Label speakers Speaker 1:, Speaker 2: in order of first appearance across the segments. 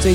Speaker 1: 最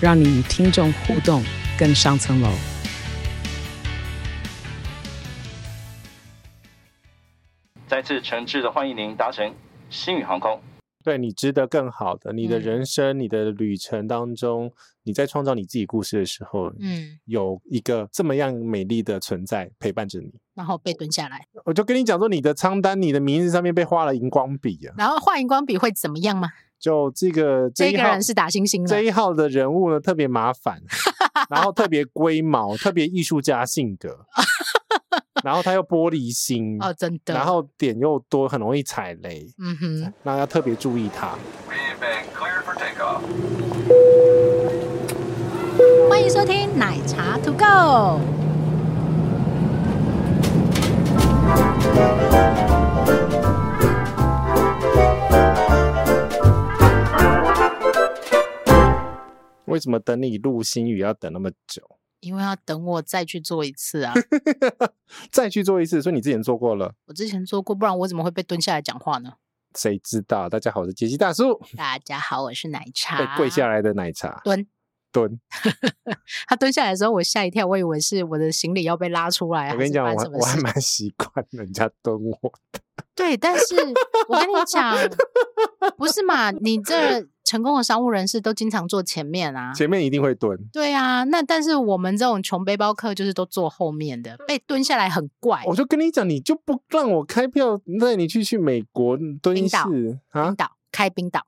Speaker 1: 让你与听众互动更上层楼。
Speaker 2: 再次诚挚的欢迎您搭乘星宇航空。
Speaker 3: 对你值得更好的，你的
Speaker 4: 嗯
Speaker 3: 人生、你的旅程当中，你在创造你自己故事的时候，
Speaker 4: 嗯，
Speaker 3: 有一个这么样美丽的存在陪伴着你。
Speaker 4: 然后被蹲下来，
Speaker 3: 我就跟你讲说，你的仓单、你的名字上面被画了荧光笔啊，
Speaker 4: 然后画荧光笔会怎么样吗？
Speaker 3: 就这个这
Speaker 4: 这
Speaker 3: 一
Speaker 4: 个
Speaker 3: 号
Speaker 4: 人是打星星
Speaker 3: 这
Speaker 4: 的，
Speaker 3: 一号的人物呢，特别麻 烦，然后特别龟毛，特别艺术家性 格，然后他又玻璃心，
Speaker 4: 哦，真的。
Speaker 3: 然，后点又多，很容易踩雷，
Speaker 4: 嗯哼，
Speaker 3: 那要特别注意他。
Speaker 2: We've been cleared for takeoff.
Speaker 4: 欢迎收听奶茶 To Go。
Speaker 3: 为什么等你录新语要等那么久？
Speaker 4: 因为要等我再去做一 次啊，
Speaker 3: 再去做一次，所以你之前做过了，
Speaker 4: 我之前做过，不然我怎么会被蹲下来讲话呢？
Speaker 3: 谁知道？大家好，我是杰西大叔，
Speaker 4: 大家好，我是奶
Speaker 3: 被
Speaker 4: 茶。
Speaker 3: 跪下来的奶茶
Speaker 4: 蹲。
Speaker 3: 蹲。
Speaker 4: 他蹲下来的时候，我吓一跳，我以为是我的行李要被拉出来。
Speaker 3: 我
Speaker 4: 还
Speaker 3: 跟你
Speaker 4: 是
Speaker 3: 讲，
Speaker 4: 发
Speaker 3: 我还
Speaker 4: 生什么
Speaker 3: 我还
Speaker 4: 事
Speaker 3: 蛮习惯人家蹲我，
Speaker 4: 对，但是我跟你 讲，不是嘛？你这成功的商务人士都经常坐前面啊。
Speaker 3: 前面一定会蹲。
Speaker 4: 对啊，那但是我们这种穷背包客就是都坐后面的，被蹲下来很怪。
Speaker 3: 我就跟你讲，你就不让我开票，带你去去美国蹲
Speaker 4: 冰岛
Speaker 3: 式啊
Speaker 4: 冰？岛开冰岛，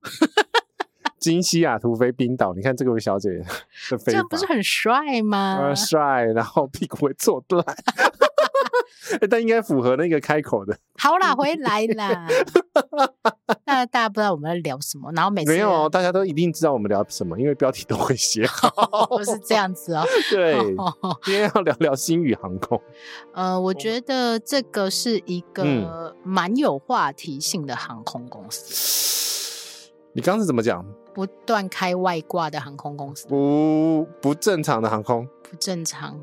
Speaker 3: 经西雅图飞冰岛，你看这位 小姐的
Speaker 4: 这
Speaker 3: 飞法
Speaker 4: 样不是很帅吗
Speaker 3: 呃？帅，然后屁股会坐 烂，欸但应该符合那个开口的。
Speaker 4: 好啦，回来啦。那大家不知道我们在聊什么，然后每次
Speaker 3: 没有哦，大家都一定知道我们聊什么，因为标题都会写好。
Speaker 4: 都是这样子哦。
Speaker 3: 对，哦今天要聊聊星宇航空。
Speaker 4: 呃，我觉得这个是一
Speaker 3: 嗯
Speaker 4: 个蛮有话题性的航空公司，
Speaker 3: 你刚刚是怎么讲？
Speaker 4: 不断开外挂的航空公司
Speaker 3: 不不正常的航空，
Speaker 4: 不正常，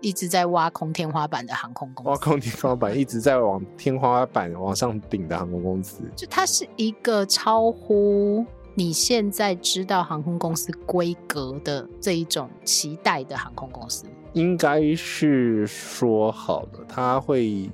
Speaker 4: 一直在挖空天花板的航空公
Speaker 3: 挖
Speaker 4: 司。
Speaker 3: 空天花板，一直在往天花板往上顶的航空公司。
Speaker 4: 就它是一个超乎你现在知道航空公司规格的这一种期待的航空公司。
Speaker 3: 应该是说好了，他会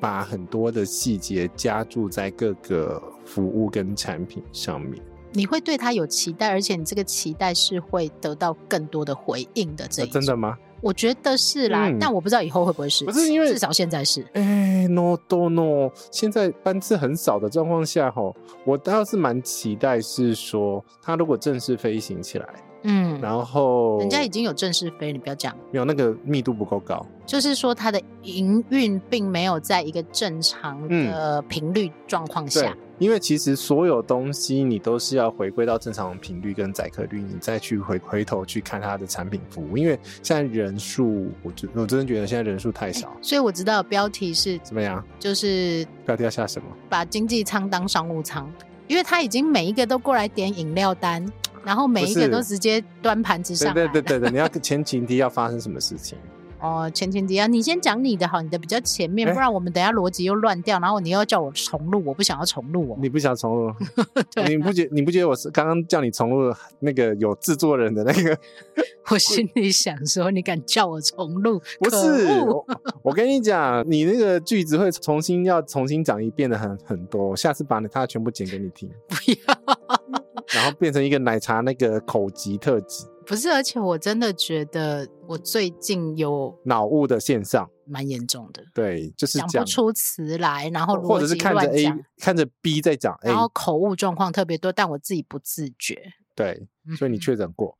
Speaker 3: 把很多的细节加注在各个服务跟产品上面。
Speaker 4: 你会对它有期待，而且你这个期待是会得到更多的回应的。这
Speaker 3: 啊
Speaker 4: 一、
Speaker 3: 真的，吗？
Speaker 4: 我觉得是啦，
Speaker 3: 嗯
Speaker 4: 但我不知道以后会不会是。
Speaker 3: 不是因为
Speaker 4: 至少现在是。
Speaker 3: 哎、n o no no！现在班次很少的状况下，吼，我倒是蛮期待是说，他如果正式飞行起来，
Speaker 4: 嗯，
Speaker 3: 然后
Speaker 4: 人家已经有正式飞，你不要讲。
Speaker 3: 没有那个密度不够高，
Speaker 4: 就是说，它的营运并没有在一个正常的频率状况
Speaker 3: 嗯对
Speaker 4: 下。，
Speaker 3: 因为其实所有东西你都是要回归到正常的频率跟载客率，你再去回回头去看它的产品服务。因为现在人数，我觉我真的觉得现在人数太少。
Speaker 4: 所以我知道标题是
Speaker 3: 怎么样？
Speaker 4: 就是
Speaker 3: 标题要下什么？
Speaker 4: 把经济舱当商务舱，因为他已经每一个都过来点饮料单，然后每一个
Speaker 3: 是
Speaker 4: 都直接端盘子上
Speaker 3: 对
Speaker 4: 来。
Speaker 3: 对对对对，你要前情提要发生什么事情？
Speaker 4: 哦，前前提啊，你先讲你的好，你的比较前面，
Speaker 3: 哎
Speaker 4: 不然我们等一下逻辑又乱掉，然后你又要叫我重录，我不想要重录哦。
Speaker 3: 你不想重录
Speaker 4: 对？
Speaker 3: 你不觉你不觉得我是刚刚叫你重录那个有制作人的那个？
Speaker 4: 我心里想说，你敢叫我重录？
Speaker 3: 不
Speaker 4: 可
Speaker 3: 是
Speaker 4: 恶，
Speaker 3: 我，我跟你讲，你那个句子会重新要重新讲一遍的很很多。我下次把你它全部剪给你听，
Speaker 4: 不要。
Speaker 3: 然后变成一个奶茶那个口级特辑
Speaker 4: 不是，而且我真的觉得我最近有
Speaker 3: 脑雾的线上。
Speaker 4: 蛮严重的，
Speaker 3: 对，就是
Speaker 4: 讲不
Speaker 3: 讲，
Speaker 4: 出词来，然后
Speaker 3: 或
Speaker 4: 逻
Speaker 3: 者是
Speaker 4: 辑
Speaker 3: 看着
Speaker 4: 乱
Speaker 3: A
Speaker 4: 讲，
Speaker 3: 看着 B 在讲 A，
Speaker 4: 然后口误状况特别多，但我自己不自觉。
Speaker 3: 对，所以你
Speaker 4: 嗯哼
Speaker 3: 确诊过。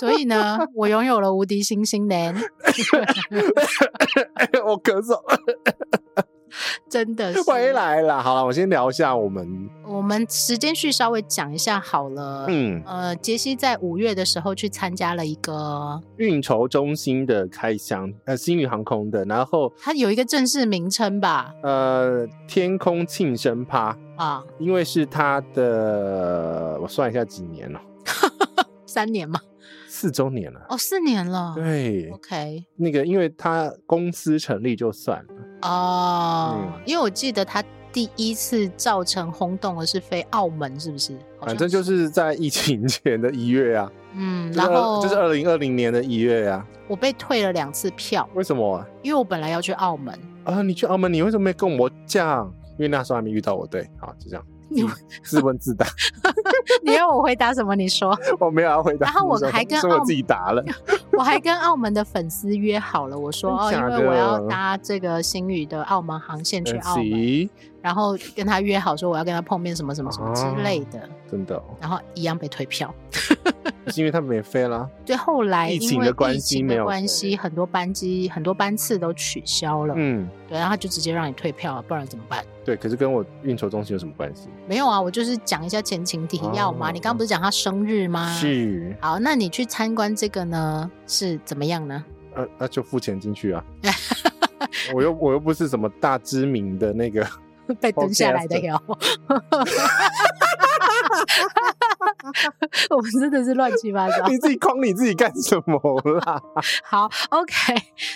Speaker 4: 所以呢，我拥 有
Speaker 3: 哎
Speaker 4: 了无敌星星人。
Speaker 3: 我咳嗽，
Speaker 4: 真的是
Speaker 3: 回来了。好了，我先聊一下我们，
Speaker 4: 我们时间序稍微讲一下好了。
Speaker 3: 嗯，
Speaker 4: 呃，杰西在五月的时候去参加了一个，
Speaker 3: 运筹中心的开箱，呃，星宇航空的，然后
Speaker 4: 它有一个正式名称吧？
Speaker 3: 呃，天空庆生趴，
Speaker 4: 啊，
Speaker 3: 因为是他的，我算一下几年了，
Speaker 4: 三年嘛，
Speaker 3: 四周年了。
Speaker 4: 哦，四年了。
Speaker 3: 对，
Speaker 4: OK，
Speaker 3: 那个，因为他公司成立就算了，
Speaker 4: 哦，
Speaker 3: 嗯
Speaker 4: 因为我记得他第一次造成轰动的是飞澳门，是不是？好
Speaker 3: 反
Speaker 4: 像
Speaker 3: 正就是在疫情前的一月啊，
Speaker 4: 嗯，
Speaker 3: 就是
Speaker 4: 然后
Speaker 3: 二就是二零二零年的一月啊。
Speaker 4: 我被退了两次票，
Speaker 3: 为什么啊
Speaker 4: 因为我本来要去澳门，
Speaker 3: 啊？你去澳门，你为什么没跟我讲？因为那时候还没遇到我，对，好，就这样。
Speaker 4: 你
Speaker 3: 自自问自答，
Speaker 4: 你要我回答什么？你说，
Speaker 3: 我没有要回答你
Speaker 4: 然
Speaker 3: 什
Speaker 4: 后
Speaker 3: 么。
Speaker 4: 我还跟
Speaker 3: 是我
Speaker 4: 澳
Speaker 3: 自己答了。
Speaker 4: 我还跟澳门的粉丝约好了，我说哦，
Speaker 3: 真
Speaker 4: 因
Speaker 3: 假
Speaker 4: 为我要
Speaker 3: 的
Speaker 4: 搭这个星宇的澳门航线去
Speaker 3: 嗯
Speaker 4: 澳门，
Speaker 3: 行
Speaker 4: 然后跟他约好说我要跟他碰面，什么什么什么之类的，
Speaker 3: 真的、哦，
Speaker 4: 然后一样被退票。
Speaker 3: 是因为他们也飞啦。
Speaker 4: 对，后来
Speaker 3: 疫
Speaker 4: 因
Speaker 3: 情
Speaker 4: 为
Speaker 3: 的关
Speaker 4: 疫
Speaker 3: 系
Speaker 4: 情
Speaker 3: 没
Speaker 4: 的
Speaker 3: 有
Speaker 4: 关
Speaker 3: 飞
Speaker 4: 系，很多班机、很多班次都取消了，
Speaker 3: 嗯，
Speaker 4: 对，然后他就直接让你退票啊，不然怎么办？
Speaker 3: 对。可是跟我运筹中心有什么关系？
Speaker 4: 没有啊，我就是讲一下前情提要嘛。
Speaker 3: 哦
Speaker 4: 你刚刚不是讲他生日吗？。
Speaker 3: 是，
Speaker 4: 好，那你去参观这个呢，是怎么样呢？
Speaker 3: 呃，那就付钱进去啊。我又我又不是什么大知名的那个，
Speaker 4: 被蹲下来的
Speaker 3: Podcast。
Speaker 4: 哟。 我们真的是乱七八糟
Speaker 3: 你自己框你自己干什么啦？
Speaker 4: 好，OK。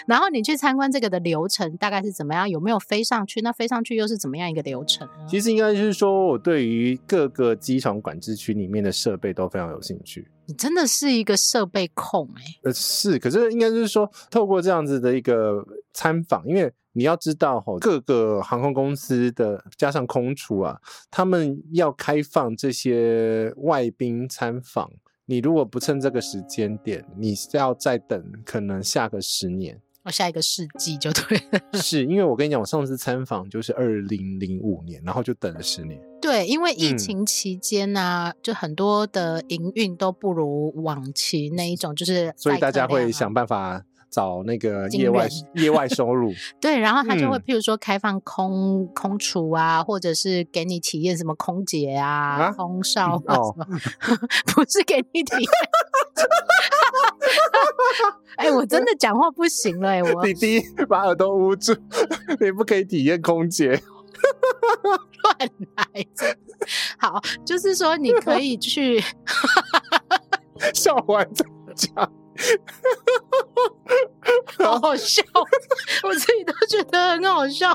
Speaker 4: 然后你去参观这个的流程大概是怎么样？有没有飞上去？那飞上去又是怎么样一个流程呢？
Speaker 3: 其实应该就是说，我对于各个机场管制区里面的设备都非常有兴趣。
Speaker 4: 你真的是一个设备控哎、
Speaker 3: 呃，是，可是应该就是说，透过这样子的一个参访，因为你要知道吼，各个航空公司的加上空厨啊，他们要开放这些外宾参访，你如果不趁这个时间点，你是要再等可能下个十年。
Speaker 4: 我下一个世纪就对了。
Speaker 3: 是因为我跟你讲，我上次参访就是二零零五年，然后就等了十年。
Speaker 4: 对，因为疫
Speaker 3: 嗯
Speaker 4: 情期间呢、就很多的营运都不如往期那一种，就是
Speaker 3: 所以
Speaker 4: 载
Speaker 3: 大
Speaker 4: 客
Speaker 3: 家
Speaker 4: 量
Speaker 3: 会
Speaker 4: 啊
Speaker 3: 想办法找那个
Speaker 4: 经
Speaker 3: 业外
Speaker 4: 人
Speaker 3: 业外收入。
Speaker 4: 对，然后他就会
Speaker 3: 嗯
Speaker 4: 譬如说开放空空厨啊，或者是给你体验什么空姐啊、
Speaker 3: 啊
Speaker 4: 空少啊
Speaker 3: 哦
Speaker 4: 什么， 不是给你体验。哎、我真的讲话不行了哎、我
Speaker 3: 弟弟把耳朵捂住， 你不可以体验空姐。
Speaker 4: 乱来真。 好，就是说你可以去，
Speaker 3: 笑完再讲，
Speaker 4: 好好笑，我自己都觉得很好笑。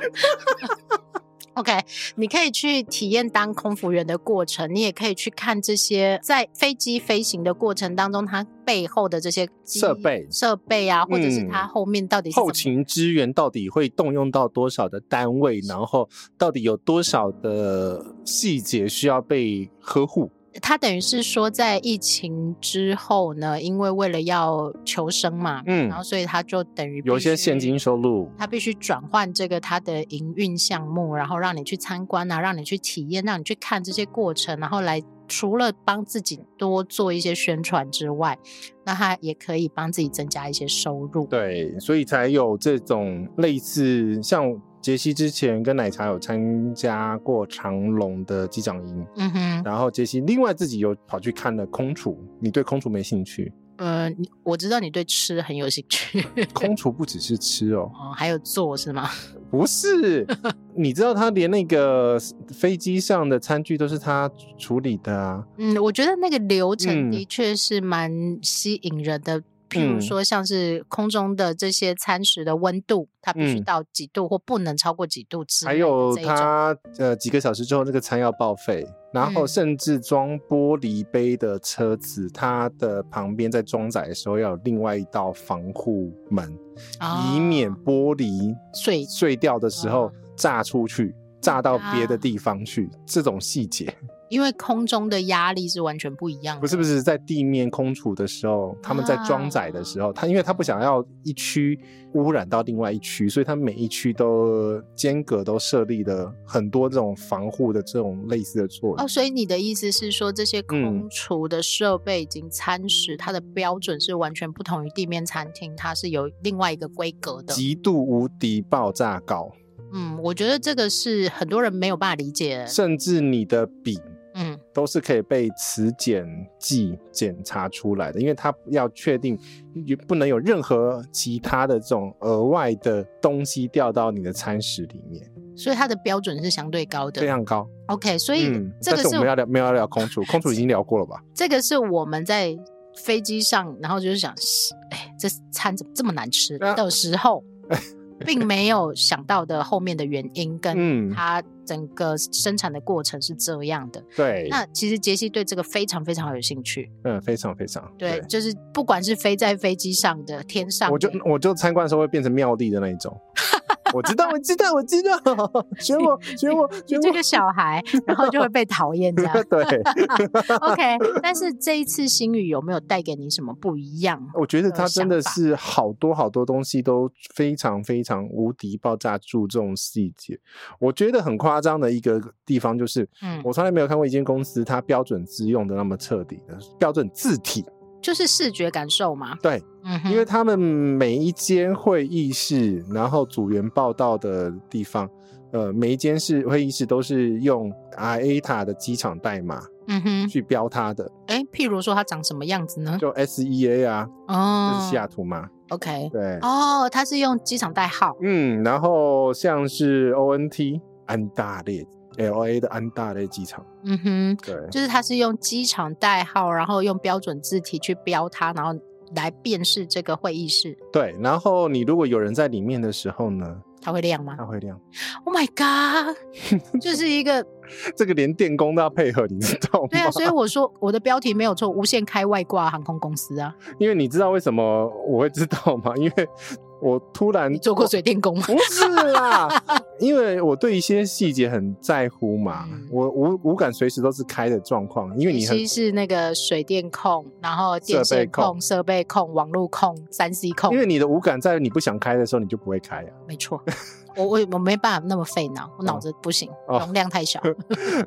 Speaker 4: OK，你可以去体验当空服员的过程，你也可以去看这些在飞机飞行的过程当中，它背后的这些机
Speaker 3: 设备
Speaker 4: 设备啊，或者是
Speaker 3: 嗯
Speaker 4: 它后面到底是
Speaker 3: 后
Speaker 4: 怎么
Speaker 3: 勤支援到底会动用到多少的单位，然后到底有多少的细节需要被呵护？
Speaker 4: 它等于是说，在疫情之后呢，因为为了要求生嘛，
Speaker 3: 嗯
Speaker 4: 然后所以它就等于
Speaker 3: 有一
Speaker 4: 必
Speaker 3: 些
Speaker 4: 须
Speaker 3: 现金收入，
Speaker 4: 它必须转换这个它的营运项目，然后让你去参观啊，让你去体验，让你去看这些过程，然后来除了帮自己多做一些宣传之外，那它也可以帮自己增加一些收入。
Speaker 3: 对，所以才有这种类似像杰西之前跟奶茶有参加过长隆的机长营。
Speaker 4: 嗯哼，
Speaker 3: 然后杰西另外自己有跑去看了空厨，你对空厨没兴趣？
Speaker 4: 呃，你我知道你对吃很有兴趣
Speaker 3: 空厨不只是吃哦，
Speaker 4: 哦，还有做是吗？
Speaker 3: 不是， 你知道他连那个飞机上的餐具都是他处理的啊。
Speaker 4: 嗯，我觉得那个流程
Speaker 3: 嗯
Speaker 4: 的确是蛮吸引人的。譬如
Speaker 3: 嗯
Speaker 4: 说，像是空中的这些餐食的温度，它必须
Speaker 3: 嗯
Speaker 4: 到几度或不能超过几度之类
Speaker 3: 还
Speaker 4: 的
Speaker 3: 有
Speaker 4: 这一种
Speaker 3: 他呃几个小时之后那个餐要报废，然后
Speaker 4: 嗯
Speaker 3: 甚至装玻璃杯的车子，它的旁边在装载的时候要有另外一道防护门，以免
Speaker 4: 啊
Speaker 3: 玻璃
Speaker 4: 碎
Speaker 3: 碎掉的时候
Speaker 4: 啊
Speaker 3: 炸出去，炸到别
Speaker 4: 啊
Speaker 3: 的地方去。这种细节
Speaker 4: 因为空中的压力是完全不一样的。
Speaker 3: 不是不是在地面空储的时候，他们在
Speaker 4: 啊
Speaker 3: 装载的时候，他因为他不想要一区污染到另外一区，所以他每一区都间隔都设立了很多这种防护的这种类似的作
Speaker 4: 哦，
Speaker 3: 用。
Speaker 4: 所以你的意思是说，这些空
Speaker 3: 嗯
Speaker 4: 厨的设备以及餐食，它的标准是完全不同于地面餐厅，它是有另外一个规格的。
Speaker 3: 极度无敌爆炸高，
Speaker 4: 嗯，我觉得这个是很多人没有办法理解。
Speaker 3: 甚至你的笔
Speaker 4: 嗯，
Speaker 3: 都是可以被磁检剂检查出来的，因为它要确定也不能有任何其他的这种额外的东西掉到你的餐食里面，
Speaker 4: 所以它的标准是相对高
Speaker 3: 非
Speaker 4: 的。
Speaker 3: 常高。
Speaker 4: OK，所以
Speaker 3: 啊嗯，
Speaker 4: 这个
Speaker 3: 但是
Speaker 4: 是
Speaker 3: 我们要聊，没有要聊空厨，空厨已经聊过了 吧？
Speaker 4: 这个是我们在飞机上，然后就是想，嘶哎，这餐怎么这么难吃
Speaker 3: 啊
Speaker 4: 的 时候，并没有想到的后面的原因跟
Speaker 3: 嗯，
Speaker 4: 它整个生产的过程是这样的。
Speaker 3: 对，
Speaker 4: 那其实杰西对这个非常非常有兴趣，
Speaker 3: 嗯，非常非常
Speaker 4: 对，就是不管是飞在飞机上的、天上的，
Speaker 3: 我就我就参观的时候会变成妙丽的那一种。 我知道，我知道，我知道，学我，学 我，学
Speaker 4: 就
Speaker 3: 我。
Speaker 4: 这个小孩，然后就会被讨厌这样。
Speaker 3: 对，
Speaker 4: OK，但是这一次星宇有没有带给你什么不一样？
Speaker 3: 我觉得
Speaker 4: 的
Speaker 3: 他真的
Speaker 4: 想法
Speaker 3: 是好多好多东西都非常非常无敌爆炸注重细节。我觉得很夸张的一个地方就是，
Speaker 4: 嗯，
Speaker 3: 我从来没有看过一间公司它标准字用的那么彻底的标准字体。
Speaker 4: 就是视觉感受嘛。
Speaker 3: 对，
Speaker 4: 嗯哼，
Speaker 3: 因为他们每一间会议室，然后组员报道的地方，呃，每一间是会议室都是用 RA 塔的机场代码
Speaker 4: 嗯哼，
Speaker 3: 去标它的，
Speaker 4: 哎，譬如说它长什么样子呢？
Speaker 3: 就 SEA 啊，这
Speaker 4: 哦
Speaker 3: 是西雅图嘛，
Speaker 4: ，OK，
Speaker 3: 对，
Speaker 4: 哦，它是用机场代号，
Speaker 3: 嗯，然后像是 ONT 安大略 LA 的安大略机场，
Speaker 4: 嗯哼，
Speaker 3: 对，
Speaker 4: 就是它是用机场代号，然后用标准字体去标它，然后来辨识这个会议室，
Speaker 3: 对，然后你如果有人在里面的时候呢，
Speaker 4: 它会亮吗
Speaker 3: 它会亮，
Speaker 4: ？Oh my god，就是一个
Speaker 3: 这个连电工都要配合，你知道吗？
Speaker 4: 对啊，所以我说我的标题没有错，无限开外挂航空公司啊，
Speaker 3: 因为你知道为什么我会知道吗？ 因为我突然
Speaker 4: 你做过水电工吗？
Speaker 3: 不是啦，因为我对一些细节很在乎嘛，
Speaker 4: 嗯
Speaker 3: 我无无感随时都是开的状况，因为你很
Speaker 4: 其实是那个水电控，然后电
Speaker 3: 设备
Speaker 4: 线控、
Speaker 3: 控
Speaker 4: 设备控、网络控、三 C 控
Speaker 3: 因，为你的无感在你不想开的时候，你就不会开呀、啊
Speaker 4: 没错。我我我没办法那么费脑，我脑
Speaker 3: 哦
Speaker 4: 子不行，
Speaker 3: 哦
Speaker 4: 容量太小。嗯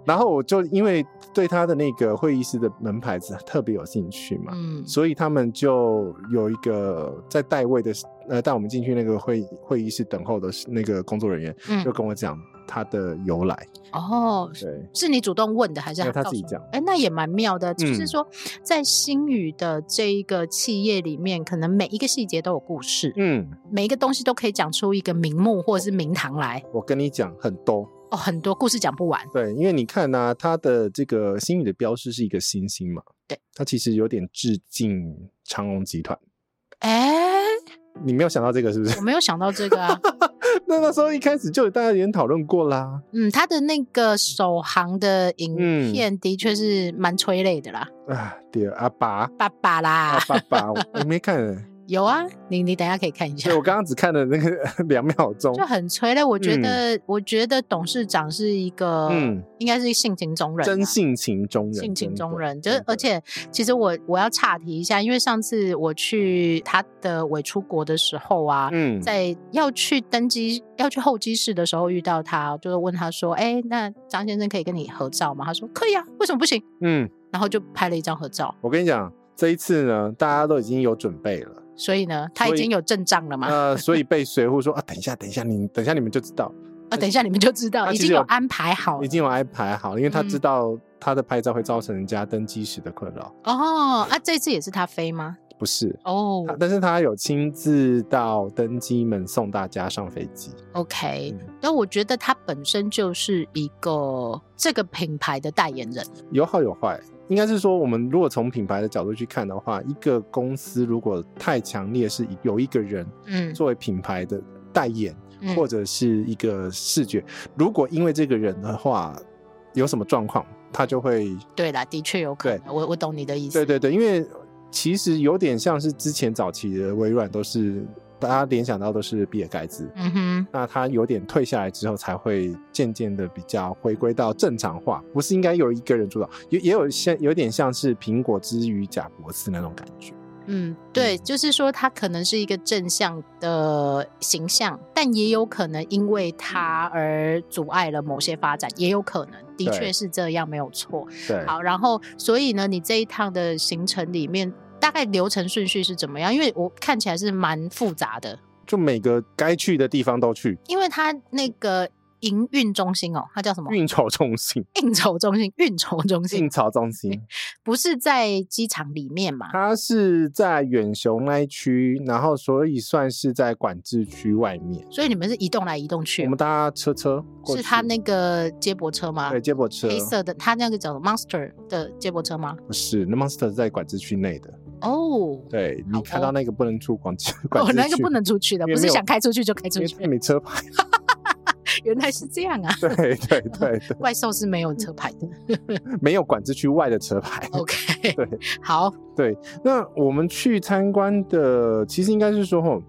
Speaker 3: 然后我就因为对他的那个会议室的门牌子特别有兴趣嘛，
Speaker 4: 嗯，
Speaker 3: 所以他们就有一个在带位的呃带我们进去那个会会议室等候的那个工作人员，
Speaker 4: 嗯
Speaker 3: 就跟我讲他的由来，
Speaker 4: 哦，
Speaker 3: 对，
Speaker 4: 是你主动问的还是
Speaker 3: 因为他
Speaker 4: 告
Speaker 3: 自己
Speaker 4: 诉你
Speaker 3: 讲
Speaker 4: 哎，那也蛮妙的，就是
Speaker 3: 嗯
Speaker 4: 说在星宇的这一个企业里面，可能每一个细节都有故事，
Speaker 3: 嗯，
Speaker 4: 每一个东西都可以讲出一个名目或者是名堂来。
Speaker 3: 我跟你讲很多。
Speaker 4: 哦，很多故事讲不完。
Speaker 3: 对，因为你看呐、它的这个星宇的标志是一个星星嘛，
Speaker 4: 对，
Speaker 3: 它其实有点致敬长隆集团。
Speaker 4: 哎，
Speaker 3: 你没有想到这个是不是
Speaker 4: 我？没有想到这个啊。
Speaker 3: 那那时候一开始就有大家有点讨论过啦。
Speaker 4: 嗯，他的那个首航的影
Speaker 3: 嗯
Speaker 4: 片的确是蛮催泪的啦，
Speaker 3: 啊，对，阿爸，
Speaker 4: 爸爸啦，
Speaker 3: 阿爸爸，我我没看欸，
Speaker 4: 有啊，你你等一下可以看一下
Speaker 3: 对，我刚刚只看了那个 两秒钟
Speaker 4: 就。很催泪。我觉
Speaker 3: 嗯
Speaker 4: 得，我觉得董事长是一个，
Speaker 3: 嗯，
Speaker 4: 应该是性情中人啊，
Speaker 3: 真性情中人，
Speaker 4: 性情
Speaker 3: 真
Speaker 4: 中
Speaker 3: 的
Speaker 4: 人，就是
Speaker 3: 真的
Speaker 4: 而且其实我我要岔题一下，因为上次我去他的伪出国的时候啊，
Speaker 3: 嗯，
Speaker 4: 在要去登机要去候机室的时候遇到他，就是问他说：“哎、那张先生可以跟你合照吗？”他说：“可以啊，为什么不行
Speaker 3: 嗯，？”
Speaker 4: 然后就拍了一张合照。
Speaker 3: 我跟你讲，这一次呢，大家都已经有准备了，
Speaker 4: 所以呢，他已
Speaker 3: 所以
Speaker 4: 经有阵仗了嘛？
Speaker 3: 呃，所以被随扈说啊，等一下，等一下，你等一下，你们就知道。
Speaker 4: 啊，等一下你们就知道，
Speaker 3: 他
Speaker 4: 已
Speaker 3: 其
Speaker 4: 经
Speaker 3: 实
Speaker 4: 有
Speaker 3: 有
Speaker 4: 安排好
Speaker 3: 已
Speaker 4: 了
Speaker 3: 经有安排好了，因为他
Speaker 4: 嗯
Speaker 3: 知道他的拍照会造成人家登机时的困扰，
Speaker 4: 哦。啊，这次也是他飞吗？
Speaker 3: 不是。
Speaker 4: 哦
Speaker 3: 他但是他有亲自到登机门送大家上飞机，
Speaker 4: ，OK
Speaker 3: 嗯。
Speaker 4: 但我觉得他本身就是一个这个品牌的代言人，
Speaker 3: 有好有坏。应该是说，我们如果从品牌的角度去看的话，一个公司如果太强烈是有一个人
Speaker 4: 嗯，
Speaker 3: 作为品牌的代言，
Speaker 4: 嗯
Speaker 3: 或者是一个视觉，如果因为这个人的话有什么状况，他就会
Speaker 4: 对啦，的确有可能。我我懂你的意思。
Speaker 3: 对对对，因为其实有点像是之前早期的微软，都是大家联想到都是比尔盖茨。
Speaker 4: 嗯哼，
Speaker 3: 那他有点退下来之后，才会渐渐的比较回归到正常化，不是应该有一个人主导，也也有像有点像是苹果之于贾伯斯那种感觉。
Speaker 4: 嗯，对，
Speaker 3: 嗯
Speaker 4: 就是说他可能是一个正向的形象，但也有可能因为他而阻碍了某些发展，也有可能，的
Speaker 3: 对
Speaker 4: 确是这样，没有错。
Speaker 3: 对，
Speaker 4: 好，然后所以呢，你这一趟的行程里面大概流程顺序是怎么样？因为我看起来是蛮复杂的。
Speaker 3: 就每个该去的地方都去，
Speaker 4: 因为它那个营运中心哦，它叫什么？
Speaker 3: 运嗯筹中心、
Speaker 4: 应酬中心、运筹中心
Speaker 3: 运筹中 心，
Speaker 4: 不是在机场里面嘛？
Speaker 3: 它是在远雄那一区，然后所以算是在管制区外面。
Speaker 4: 所以你们是移动来移动去
Speaker 3: 我
Speaker 4: 哦，
Speaker 3: 们搭车车过
Speaker 4: 是
Speaker 3: 去
Speaker 4: 它那个接驳车吗
Speaker 3: 对？接驳车
Speaker 4: 黑色的，它那个叫 Monster 的接驳车吗？
Speaker 3: 不是，那 Monster 是在管制区内的。
Speaker 4: 哦，
Speaker 3: 对
Speaker 4: 好
Speaker 3: 你看到
Speaker 4: 哦
Speaker 3: 那个不能出管制，管
Speaker 4: 哦，
Speaker 3: 制
Speaker 4: 那个
Speaker 3: 区
Speaker 4: 不能出去的，
Speaker 3: 因为
Speaker 4: 不是
Speaker 3: 没有
Speaker 4: 想开出去就开
Speaker 3: 因
Speaker 4: 出
Speaker 3: 为
Speaker 4: 去
Speaker 3: 它。没车牌。
Speaker 4: 原来是这样啊，
Speaker 3: 对对 对对，
Speaker 4: 怪兽是没有车牌的。
Speaker 3: 没有管制区外的车牌。
Speaker 4: OK，
Speaker 3: 对
Speaker 4: 好，
Speaker 3: 那我们去参观的，其实应该是说，吼，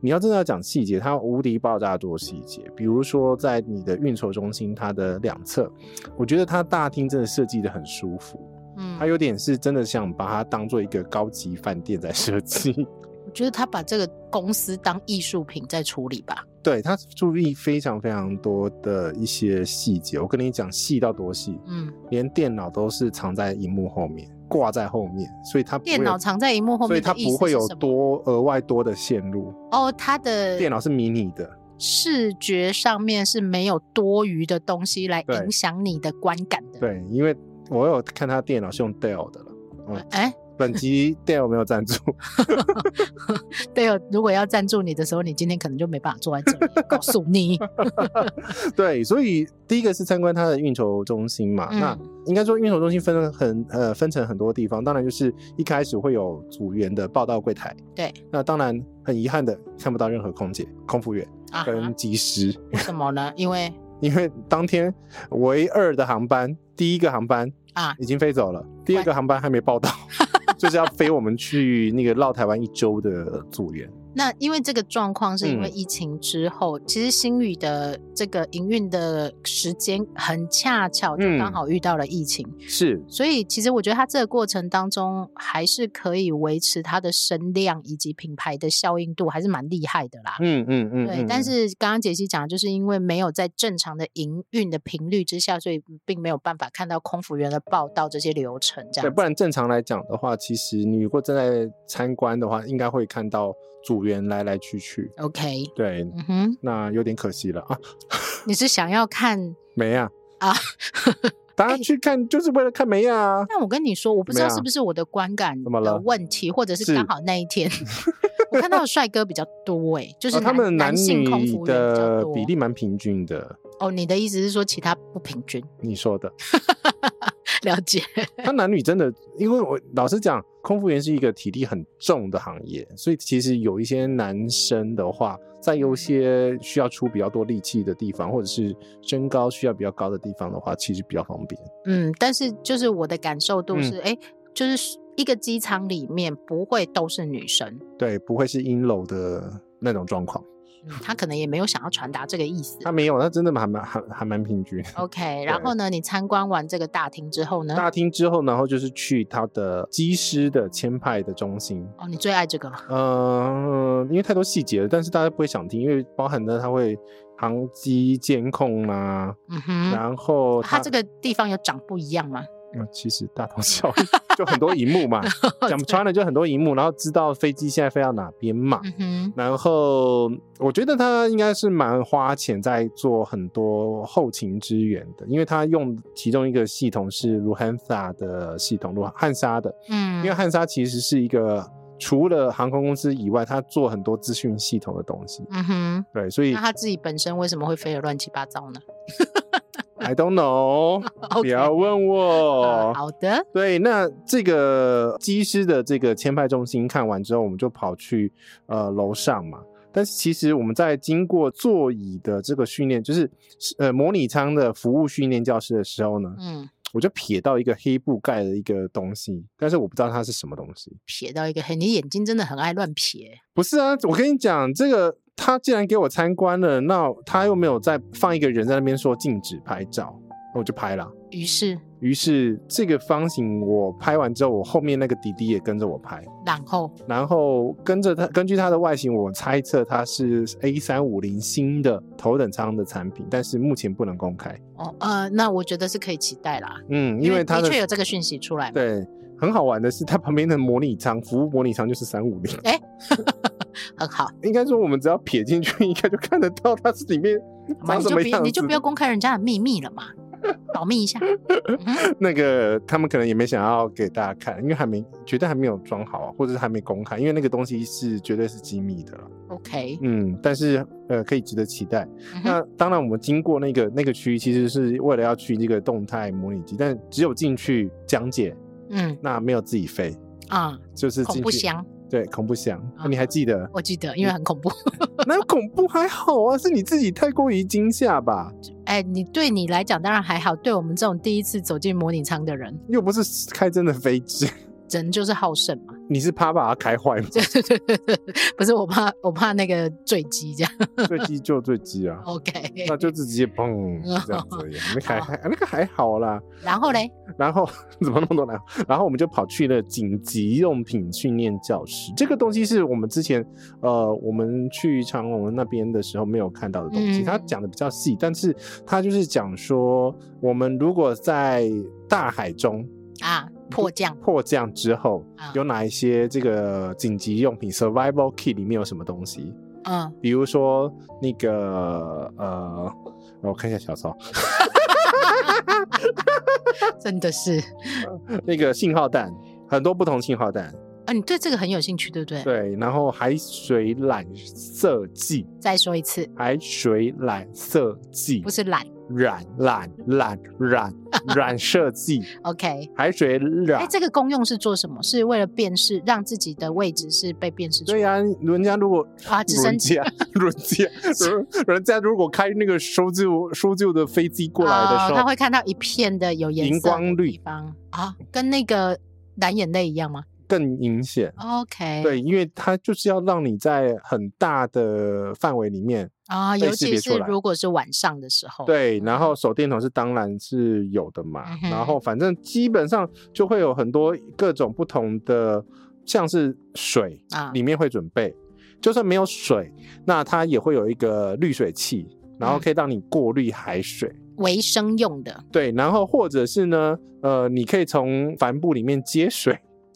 Speaker 3: 你要真的要讲细节，它无敌爆炸多细节。比如说，在你的运筹中心，它的两侧，我觉得它大厅真的设计的很舒服，
Speaker 4: 嗯，
Speaker 3: 它有点是真的想把它当做一个高级饭店在设计。
Speaker 4: 我觉得他把这个公司当艺术品在处理吧。
Speaker 3: 对，它注意非常非常多的一些细节。我跟你讲，细到多细，
Speaker 4: 嗯，
Speaker 3: 连电脑都是藏在荧幕后面，挂在后面，所以它不会有
Speaker 4: 电脑藏在荧幕后
Speaker 3: 所以
Speaker 4: 面
Speaker 3: 它
Speaker 4: 的意
Speaker 3: 不
Speaker 4: 思
Speaker 3: 会
Speaker 4: 是
Speaker 3: 有
Speaker 4: 什么，
Speaker 3: 多额外多的线路。
Speaker 4: 哦，它的
Speaker 3: 电脑是迷你的，
Speaker 4: 视觉上面是没有多余的东西来
Speaker 3: 对
Speaker 4: 影响你的观感的。，
Speaker 3: 对，因为我有看他电脑是用 Dell 的了。
Speaker 4: 哎，
Speaker 3: 本集 Dell 没有赞助，
Speaker 4: 对哦，如果要赞助你的时候，你今天可能就没办法坐在这里，告诉 你。
Speaker 3: 对，所以第一个是参观它的运筹中心嘛。那
Speaker 4: 嗯
Speaker 3: 应该说运筹中心分了很呃分成很多地方，当然就是一开始会有组员的报到柜台，
Speaker 4: 对，
Speaker 3: 那当然很遗憾的看不到任何空姐、空服员
Speaker 4: 啊哈，
Speaker 3: 跟机师，
Speaker 4: 为什么呢？因为
Speaker 3: 因为当天唯二的航班，第一个航班
Speaker 4: 啊
Speaker 3: 已经飞走了，第二个航班还没报 到，就是要飞我们去那个绕台湾一周的组员。
Speaker 4: 那因为这个状况是因为
Speaker 3: 嗯
Speaker 4: 疫情之后，其实新宇的这个营运的时间很恰巧就刚
Speaker 3: 嗯
Speaker 4: 好遇到了疫情，
Speaker 3: 是，
Speaker 4: 所以其实我觉得它这个过程当中还是可以维持它的声量以及品牌的效应度，还是蛮厉害的啦。
Speaker 3: 嗯嗯嗯，
Speaker 4: 啊对，
Speaker 3: 嗯
Speaker 4: 但
Speaker 3: 嗯
Speaker 4: 是刚刚杰西讲，就是因为没有在正常的营运的频率之下，所以并没有办法看到空服员的报道这些流程，这
Speaker 3: 对，
Speaker 4: 样
Speaker 3: 不然正常来讲的话，其实你如果正在参观的话，应该会看到组员来来去去。
Speaker 4: 子 OK，
Speaker 3: 对，
Speaker 4: 嗯哼，
Speaker 3: 那有点可惜了啊，
Speaker 4: 你是想要看？
Speaker 3: 梅亚
Speaker 4: 啊， 哎
Speaker 3: 大家去看就是为了看梅亚啊。
Speaker 4: 但我跟你说，我不知
Speaker 3: 怎么
Speaker 4: 道
Speaker 3: 样啊
Speaker 4: 是不是我的观感
Speaker 3: 怎么
Speaker 4: 的
Speaker 3: 了
Speaker 4: 问题，或者是
Speaker 3: 是
Speaker 4: 刚好那一天 我看到的帅哥比较多诶、 就是
Speaker 3: 啊
Speaker 4: 男、
Speaker 3: 他们
Speaker 4: 男性空
Speaker 3: 女
Speaker 4: 服员比较
Speaker 3: 的
Speaker 4: 多
Speaker 3: 比例蛮平均的，
Speaker 4: 哦。你的意思是说其他不平均？
Speaker 3: 你说的。
Speaker 4: 了解，
Speaker 3: 他男女真的，因为我老实讲，空服员是一个体力很重的行业，所以其实有一些男生的话，在
Speaker 4: 嗯
Speaker 3: 有一些需要出比较多力气的地方，或者是身高需要比较高的地方的话，其实比较方便。
Speaker 4: 嗯，但是就是我的感受度
Speaker 3: 嗯
Speaker 4: 是，诶，就是一个机场里面不会都是女生。
Speaker 3: 对，不会是阴柔的那种状况。
Speaker 4: 嗯他可能也没有想要传达这个意思。
Speaker 3: 他没有，他真的还蛮还还蛮平均。
Speaker 4: OK，然
Speaker 3: 嗯对
Speaker 4: 后呢，你参观完这个大厅之后呢？
Speaker 3: 大厅之后，然后就是去他的机师的签派的中心。
Speaker 4: 哦，你最爱这个了。
Speaker 3: 呃，因为太多细节了，但是大家不会想听，因为包含了他会航机监控啦、
Speaker 4: 嗯哼，
Speaker 3: 然后
Speaker 4: 它这个地方有长不一样吗？
Speaker 3: 嗯，其实大同小异，就很多荧幕 嘛，讲穿了就很多荧幕，然后知道飞机现在飞到哪边嘛。
Speaker 4: 嗯哼，
Speaker 3: 然后我觉得他应该是蛮花钱在做很多后勤支援的，因为他用其中一个系统是卢汉萨的系统，卢汉莎的，因为
Speaker 4: 嗯，
Speaker 3: 汉莎其实是一个除了航空公司以外，他做很多资讯系统的东西，
Speaker 4: 嗯哼，
Speaker 3: 对，所以
Speaker 4: 那他自己本身为什么会飞得乱七八糟呢
Speaker 3: I don't know，不
Speaker 4: ？OK，
Speaker 3: 要哦问
Speaker 4: 呃
Speaker 3: 我。
Speaker 4: 好的，
Speaker 3: 对，那这个机师的这个签派中心看完之后，我们就跑去呃楼上嘛。但是其实我们在经过座椅的这个训练，就是呃模拟舱的服务训练教室的时候呢，
Speaker 4: 嗯，
Speaker 3: 我就瞥到一个黑布盖的一个东西，但是我不知道它是什么东西。
Speaker 4: 撇到一个黑，你眼睛真的很爱乱撇。
Speaker 3: 不是啊，我跟你讲，这个他既然给我参观了，那他又没有再放一个人在那边说禁止拍照，那我就拍了。
Speaker 4: 于是，
Speaker 3: 于是这个方形我拍完之后，我后面那个弟弟也跟着我拍。
Speaker 4: 然后，
Speaker 3: 然后跟着它，根据它的外形，我猜测它是 A 三五零新的头等舱的产品，但是目前不能公开。
Speaker 4: 哦，呃，那我觉得是可以期待啦，
Speaker 3: 嗯，因为它
Speaker 4: 的
Speaker 3: 的
Speaker 4: 确有这个讯息出来嘛。
Speaker 3: 对很好玩的是，它旁边的模拟舱服务模拟舱就是三五零，
Speaker 4: 很好，
Speaker 3: 应该说我们只要瞥进去，应该就看得到它是里面
Speaker 4: 嘛
Speaker 3: 长
Speaker 4: 你
Speaker 3: 什
Speaker 4: 就
Speaker 3: 么
Speaker 4: 别
Speaker 3: 样子。
Speaker 4: 你就不要公开人家的秘密了嘛，保密 一下。嗯
Speaker 3: 那个他们可能也没想要给大家看，因为还没觉得还没有装好啊，或者是还没公开，因为那个东西是绝对是机密的啦
Speaker 4: OK，
Speaker 3: 嗯，但是呃，可以值得期待。
Speaker 4: 嗯哼
Speaker 3: 那当然，我们经过那个那个区，其实是为了要去这个动态模拟机，但只有进去讲解，
Speaker 4: 嗯
Speaker 3: 那没有自己飞，
Speaker 4: 啊，
Speaker 3: 就是进
Speaker 4: 恐
Speaker 3: 去
Speaker 4: 怖箱，
Speaker 3: 对恐怖箱、
Speaker 4: 啊
Speaker 3: 你还记得？
Speaker 4: 我记得，
Speaker 3: 嗯
Speaker 4: 因为很恐怖。
Speaker 3: 那恐怖还好啊，是你自己太过于惊吓吧？
Speaker 4: 哎，你对你来讲当然还好，对我们这种第一次走进模拟舱的人，
Speaker 3: 又不是开真的飞机，
Speaker 4: 人就是好胜嘛。
Speaker 3: 你是怕把它开坏吗？
Speaker 4: 对对对对对，不是我怕，我怕那个坠机这样。
Speaker 3: 坠机就坠机啊。
Speaker 4: OK，
Speaker 3: 那就是直接
Speaker 4: 嗯
Speaker 3: 砰这样子而已，那个还还那个还好啦。
Speaker 4: 然后嘞，
Speaker 3: 然后怎么那么多呢？然后我们就跑去了紧急用品训练教室，这个东西是我们之前呃我们去长隆那边的时候没有看到的东西。
Speaker 4: 嗯
Speaker 3: 它讲的比较细，但是它就是讲说，我们如果在大海中
Speaker 4: 啊，迫降
Speaker 3: 迫降之后
Speaker 4: 啊，
Speaker 3: 有哪一些这个紧急用品 （survival kit） 里面有什么东西？
Speaker 4: 嗯，
Speaker 3: 比如说那个呃，我看一下小抄。
Speaker 4: 真的是，
Speaker 3: 那个信号弹，很多不同信号弹，
Speaker 4: 啊，你对这个很有兴趣，对不对？
Speaker 3: 对，然后海水染色剂，
Speaker 4: 再说一次，
Speaker 3: 海水染色剂
Speaker 4: 不是懒
Speaker 3: 染染染 染染色剂，
Speaker 4: ，OK。
Speaker 3: 海水染
Speaker 4: 哎，。这个功用是做什么？是为了辨识，让自己的位置是被辨识出
Speaker 3: 对呀、人家如果
Speaker 4: 啊，直升
Speaker 3: 人
Speaker 4: 机
Speaker 3: 家 人家 人家如果开那个搜救搜救的飞机过来的时
Speaker 4: 哦
Speaker 3: 候，
Speaker 4: 他会看到一片的有颜色
Speaker 3: 荧光
Speaker 4: 的
Speaker 3: 绿
Speaker 4: 地方啊，跟那个蓝眼泪一样吗
Speaker 3: 更明
Speaker 4: 哎
Speaker 3: 显。
Speaker 4: ？OK，
Speaker 3: 对，因为它就是要让你在很大的范围里面
Speaker 4: 啊，
Speaker 3: 被
Speaker 4: 尤
Speaker 3: 识
Speaker 4: 其
Speaker 3: 别出
Speaker 4: 是
Speaker 3: 来
Speaker 4: 如果是晚上的时候，
Speaker 3: 对，然后手电筒是当然是有的嘛，
Speaker 4: 嗯哼
Speaker 3: 然后反正基本上就会有很多各种不同的，像是水
Speaker 4: 啊，
Speaker 3: 里面会准备，就算没有水，那它也会有一个滤水器，然后
Speaker 4: 嗯
Speaker 3: 可以让你过滤海水。
Speaker 4: 维生用的
Speaker 3: 对，然后或者是呢，呃，你可以从帆布里面接水，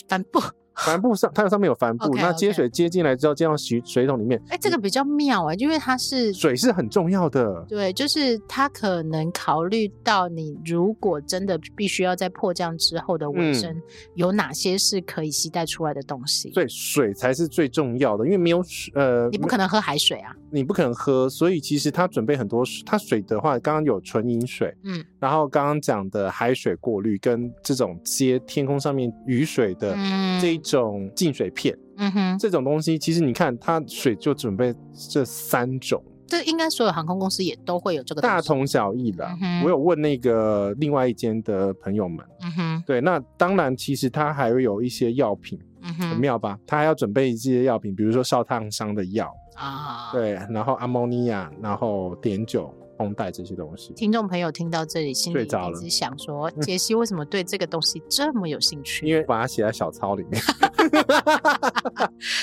Speaker 4: 帆布，
Speaker 3: 帆布上它上面有帆布
Speaker 4: OK，
Speaker 3: 那接
Speaker 4: OK
Speaker 3: 水接进来之后接到水水桶里面，
Speaker 4: 哎，这个比较妙哎，因为它是
Speaker 3: 水嗯是很重要的。
Speaker 4: 对，就是它可能考虑到你如果真的必须要在迫降之后的卫
Speaker 3: 嗯
Speaker 4: 生、有哪些是可以携带出来的东西，
Speaker 3: 所以水才是最重要的，因为没有水，呃，
Speaker 4: 你不可能喝海水啊，
Speaker 3: 你不可能喝，所以其实他准备很多水。他水的话，刚刚有纯饮水，
Speaker 4: 嗯，
Speaker 3: 然后刚刚讲的海水过滤跟这种接天空上面雨水的
Speaker 4: 嗯
Speaker 3: 这一种净水片，
Speaker 4: 嗯哼，
Speaker 3: 这种东西其实你看，它水就准备这三种，
Speaker 4: 这应该所有航空公司也都会有这个东
Speaker 3: 大
Speaker 4: 西，
Speaker 3: 同小异啦
Speaker 4: 嗯。哼
Speaker 3: 我有问那个另外一间的朋友们，
Speaker 4: 嗯哼，
Speaker 3: 对，那当然其实它还会有一些药品，
Speaker 4: 嗯
Speaker 3: 很
Speaker 4: 哼，
Speaker 3: 妙吧？它还要准备一些药品，比如说烧烫伤的药，
Speaker 4: 啊，。
Speaker 3: 对，然后阿莫尼亚，然后碘酒、红带这些东西。
Speaker 4: 听众朋友听到这里，心里
Speaker 3: 睡
Speaker 4: 一
Speaker 3: 着
Speaker 4: 定
Speaker 3: 了
Speaker 4: 是想 说：杰西为什么对这个东西这么有兴趣？
Speaker 3: 因为把它写在小抄里面。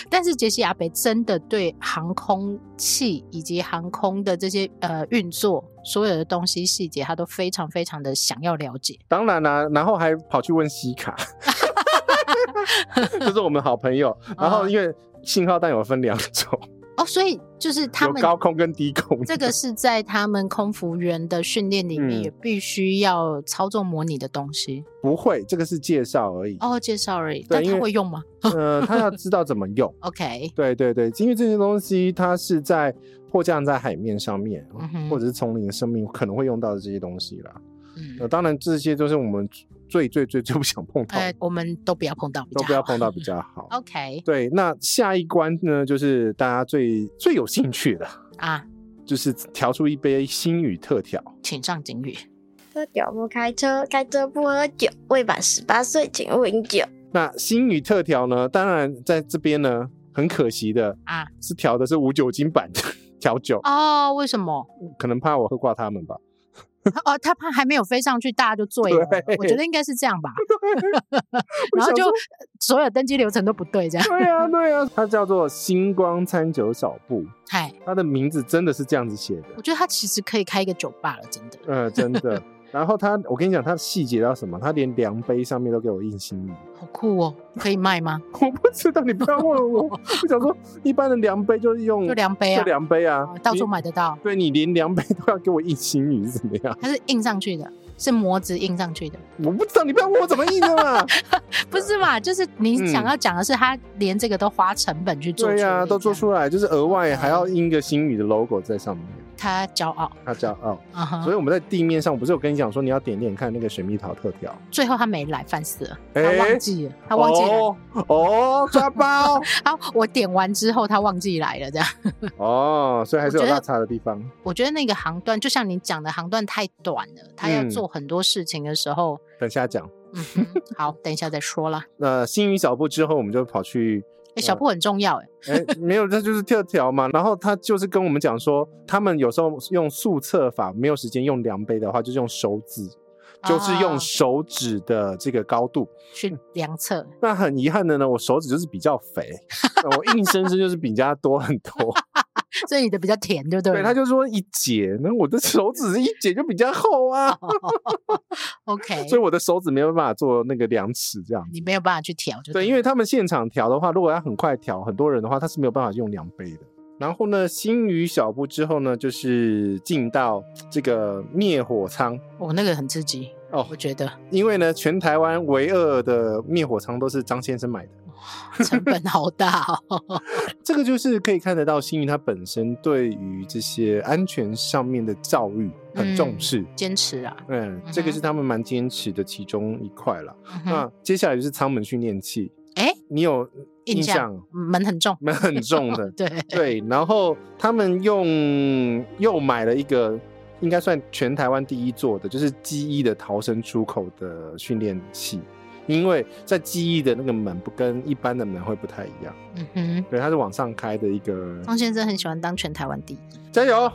Speaker 4: 但是杰西阿北真的对航空器以及航空的这些呃运作所有的东西细节，他都非常非常的想要了解。
Speaker 3: 当然啦、然后还跑去问西 卡，这是我们好朋友。然后
Speaker 4: 嗯
Speaker 3: 因为信号弹有分两种，
Speaker 4: 哦，所以就是 他
Speaker 3: 有
Speaker 4: 们
Speaker 3: 高空跟低空。
Speaker 4: 这个是在他们空服员的训练里面
Speaker 3: 嗯
Speaker 4: 也必须要操作模拟的东西。
Speaker 3: 不会，这个是介绍而已。
Speaker 4: 哦，介绍而已，
Speaker 3: 对
Speaker 4: 但
Speaker 3: 因
Speaker 4: 他
Speaker 3: 为
Speaker 4: 会用吗
Speaker 3: 呃，他要知道怎么用。
Speaker 4: ？OK，
Speaker 3: 对对对，因为这些东西它是在迫降在海面上面，
Speaker 4: 嗯哼
Speaker 3: 或者是丛林的生命可能会用到的这些东西啦。那、
Speaker 4: 嗯，
Speaker 3: 当然，这些都是我们最最最最不想碰到的，
Speaker 4: 呃，我们都不要碰到比
Speaker 3: 都
Speaker 4: 较
Speaker 3: 不要
Speaker 4: 好。
Speaker 3: 碰到比较好。
Speaker 4: OK
Speaker 3: 对，那下一关呢，就是大家最最有兴趣的，
Speaker 4: 啊，
Speaker 3: 就是调出一杯星宇特调。
Speaker 4: 请上警语。
Speaker 5: 喝酒不开车，开车不喝酒。未满十八岁，请勿饮酒。
Speaker 3: 那星宇特调呢，当然在这边呢，很可惜的
Speaker 4: 啊，
Speaker 3: 是调的是无酒精版的调酒，
Speaker 4: 哦，为什么？
Speaker 3: 可能怕我喝挂他们吧。
Speaker 4: 哦，他怕还没有飞上去，大家就醉了。我觉
Speaker 3: 对
Speaker 4: 得应该是这 样吧。然后
Speaker 3: 想
Speaker 4: 就
Speaker 3: 说
Speaker 4: 呃所有登机流程都不对，这样。
Speaker 3: 对啊，对啊，它叫做星光餐酒小铺，
Speaker 4: 嗨，
Speaker 3: 它的名字真的是这样子写的，
Speaker 4: 我觉得他其实可以开一个酒吧了，真的。
Speaker 3: 呃，真的。然后他，我跟你讲，他细节到什么？他连量杯上面都给我印星印。
Speaker 4: 好酷哦！可以卖吗？
Speaker 3: 我 不知道，你不要问我。我想说，一般的量杯就是用
Speaker 4: 就量杯啊
Speaker 3: 嗯就量杯啊
Speaker 4: 哦，到处
Speaker 3: 你
Speaker 4: 买得到，
Speaker 3: 对你连量杯都要给我印星印是怎么样？
Speaker 4: 它是印上去的，是模子印上去的，
Speaker 3: 我不知道，你不要问我怎么印的嘛。
Speaker 4: 不是嘛？就是你想
Speaker 3: 嗯
Speaker 4: 要讲的是，他连这个都花成本 去做出
Speaker 3: 对
Speaker 4: 来，
Speaker 3: 呀、都做
Speaker 4: 来，
Speaker 3: 出来，就是额外还要印一个星宇的 logo 在上面，
Speaker 4: 他骄傲。
Speaker 3: 他骄傲。
Speaker 4: 嗯哼，
Speaker 3: 所以我们在地面上，我不是有跟你讲说你要点点看那个水蜜桃特调，
Speaker 4: 最后他没来，烦死了，他
Speaker 3: 哎
Speaker 4: 忘记了，他忘记了。
Speaker 3: 哦哦，抓包
Speaker 4: 好，我点完之后他忘记来了，这样。
Speaker 3: 哦，所以还是有
Speaker 4: 我觉得
Speaker 3: 落差的地方。
Speaker 4: 我觉得那个航段，就像你讲的，航段太短了，他要
Speaker 3: 嗯
Speaker 4: 做很多事情的时候，
Speaker 3: 等下讲。
Speaker 4: 嗯 哼，好，等一下再说啦。
Speaker 3: 那星宇小布之后，我们就跑去
Speaker 4: 哎，小布很重要，哎，
Speaker 3: 哎，没有，这就是特调嘛。然后他就是跟我们讲说，他们有时候用速测法，没有时间用量杯的话，就是用手指，就是
Speaker 4: 啊
Speaker 3: 用手指的这个高度。
Speaker 4: 去量测，
Speaker 3: 那很遗憾的呢，我手指就是比较肥，我硬生生就是比人家多很多。
Speaker 4: 所以你的比较甜， 对不对？
Speaker 3: 对，他就说一节，那我的手指一节就比较厚
Speaker 4: 哦
Speaker 3: 啊，
Speaker 4: OK，
Speaker 3: 所以我的手指没有办法做那个量尺这样。
Speaker 4: 你没有办法去调，就
Speaker 3: 对，因为他们现场调的话，如果要很快调很多人的话，他是没有办法用量杯的。然后呢，星宇小步之后呢，就是进到这个灭火舱
Speaker 4: 我、哦、那个很刺激，
Speaker 3: 哦
Speaker 4: 我，觉得
Speaker 3: 因为呢，全台湾唯二的灭火舱都是张先生买的，
Speaker 4: 成本好大 哦。
Speaker 3: 这个就是可以看得到星宇他本身对于这些安全上面的教育很重
Speaker 4: 嗯
Speaker 3: 视。
Speaker 4: 坚持啊，
Speaker 3: 嗯，这个是他们蛮坚持的其中一块啦。
Speaker 4: 嗯哼
Speaker 3: 那接下来就是舱门训练器，
Speaker 4: 哎
Speaker 3: 你有
Speaker 4: 印
Speaker 3: 印
Speaker 4: 象
Speaker 3: 象
Speaker 4: 门很重，，
Speaker 3: 蛮很重的
Speaker 4: 对，
Speaker 3: 对，然后他们用又买了一个，应该算全台湾第一座的，就是机翼的逃生出口的训练器。因为在机翼的那个门不跟一般的门会不太一样，
Speaker 4: 嗯哼。
Speaker 3: 对，它是往上开的一个。
Speaker 4: 张先生很喜欢当全台湾第一，
Speaker 3: 加油！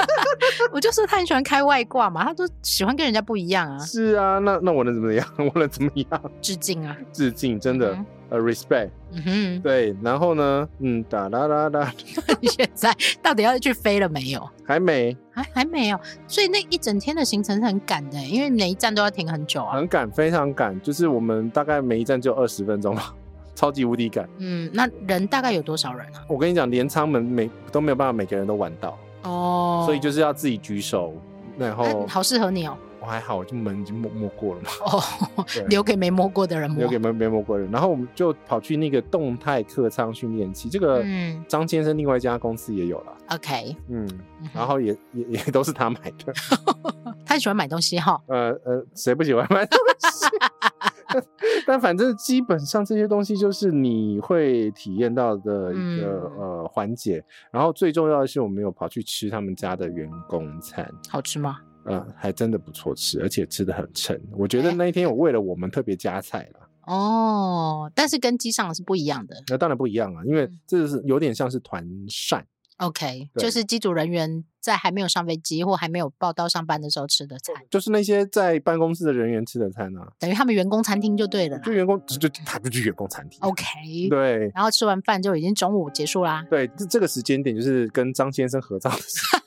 Speaker 4: 我就说他很喜欢开外挂嘛，他都喜欢跟人家不一样啊，
Speaker 3: 是啊，那那我能怎么样？ 我能怎么样？
Speaker 4: 致敬啊，
Speaker 3: 致敬，真的
Speaker 4: 嗯，
Speaker 3: 呃，respect。
Speaker 4: 嗯哼，
Speaker 3: 对，然后呢，嗯，哒啦啦啦，
Speaker 4: 你现在到底要去飞了没有？
Speaker 3: 还没，
Speaker 4: 还还没有，所以那一整天的行程是很赶的，欸因为每一站都要停很久啊。
Speaker 3: 很赶，非常赶，就是我们大概每一站只有二十分钟吧，超级无敌赶。
Speaker 4: 嗯，那人大概有多少人啊？
Speaker 3: 我跟你讲，连舱门每都没有办法每个人都玩到，
Speaker 4: 哦，
Speaker 3: 所以就是是要自己举手。然后
Speaker 4: 那好适合 你哦。
Speaker 3: 我还好，我就门已经摸摸过了嘛，
Speaker 4: 哦
Speaker 3: 对，
Speaker 4: 留给没摸过的人摸。
Speaker 3: 留给没没摸过的人。然后我们就跑去那个动态客舱训练器，这个
Speaker 4: 嗯
Speaker 3: 张先生另外一家公司也有了，
Speaker 4: OK，
Speaker 3: 嗯，
Speaker 4: 嗯
Speaker 3: 然
Speaker 4: 哼
Speaker 3: 后也也也都是他买的，
Speaker 4: 他很喜欢买东西哈。
Speaker 3: 呃呃，谁不喜欢买东西？但反正基本上这些东西就是你会体验到的一个、
Speaker 4: 嗯
Speaker 3: 呃环节。然后最重要的是，我们有跑去吃他们家的员工餐，
Speaker 4: 好吃吗？
Speaker 3: 呃，还真的不错吃，而且吃的很撑。我觉得
Speaker 4: 哎
Speaker 3: 那一天我为了我们特别加菜了，
Speaker 4: 哦，但是跟机上是不一样的。
Speaker 3: 那当然不一样啊，因为
Speaker 4: 嗯
Speaker 3: 这是有点像是团膳。
Speaker 4: OK，
Speaker 3: 对
Speaker 4: 就是机组人员在还没有上飞机或还没有报到上班的时候吃的餐，
Speaker 3: 就是那些在办公室的人员吃的餐啊，
Speaker 4: 等于他们员工餐厅就对了啦
Speaker 3: 就。员工就就他就去员工餐厅。啊
Speaker 4: OK，
Speaker 3: 对，
Speaker 4: 然后吃完饭就已经中午结束啦。
Speaker 3: 对，这这个时间点就是跟张先生合照的时 候，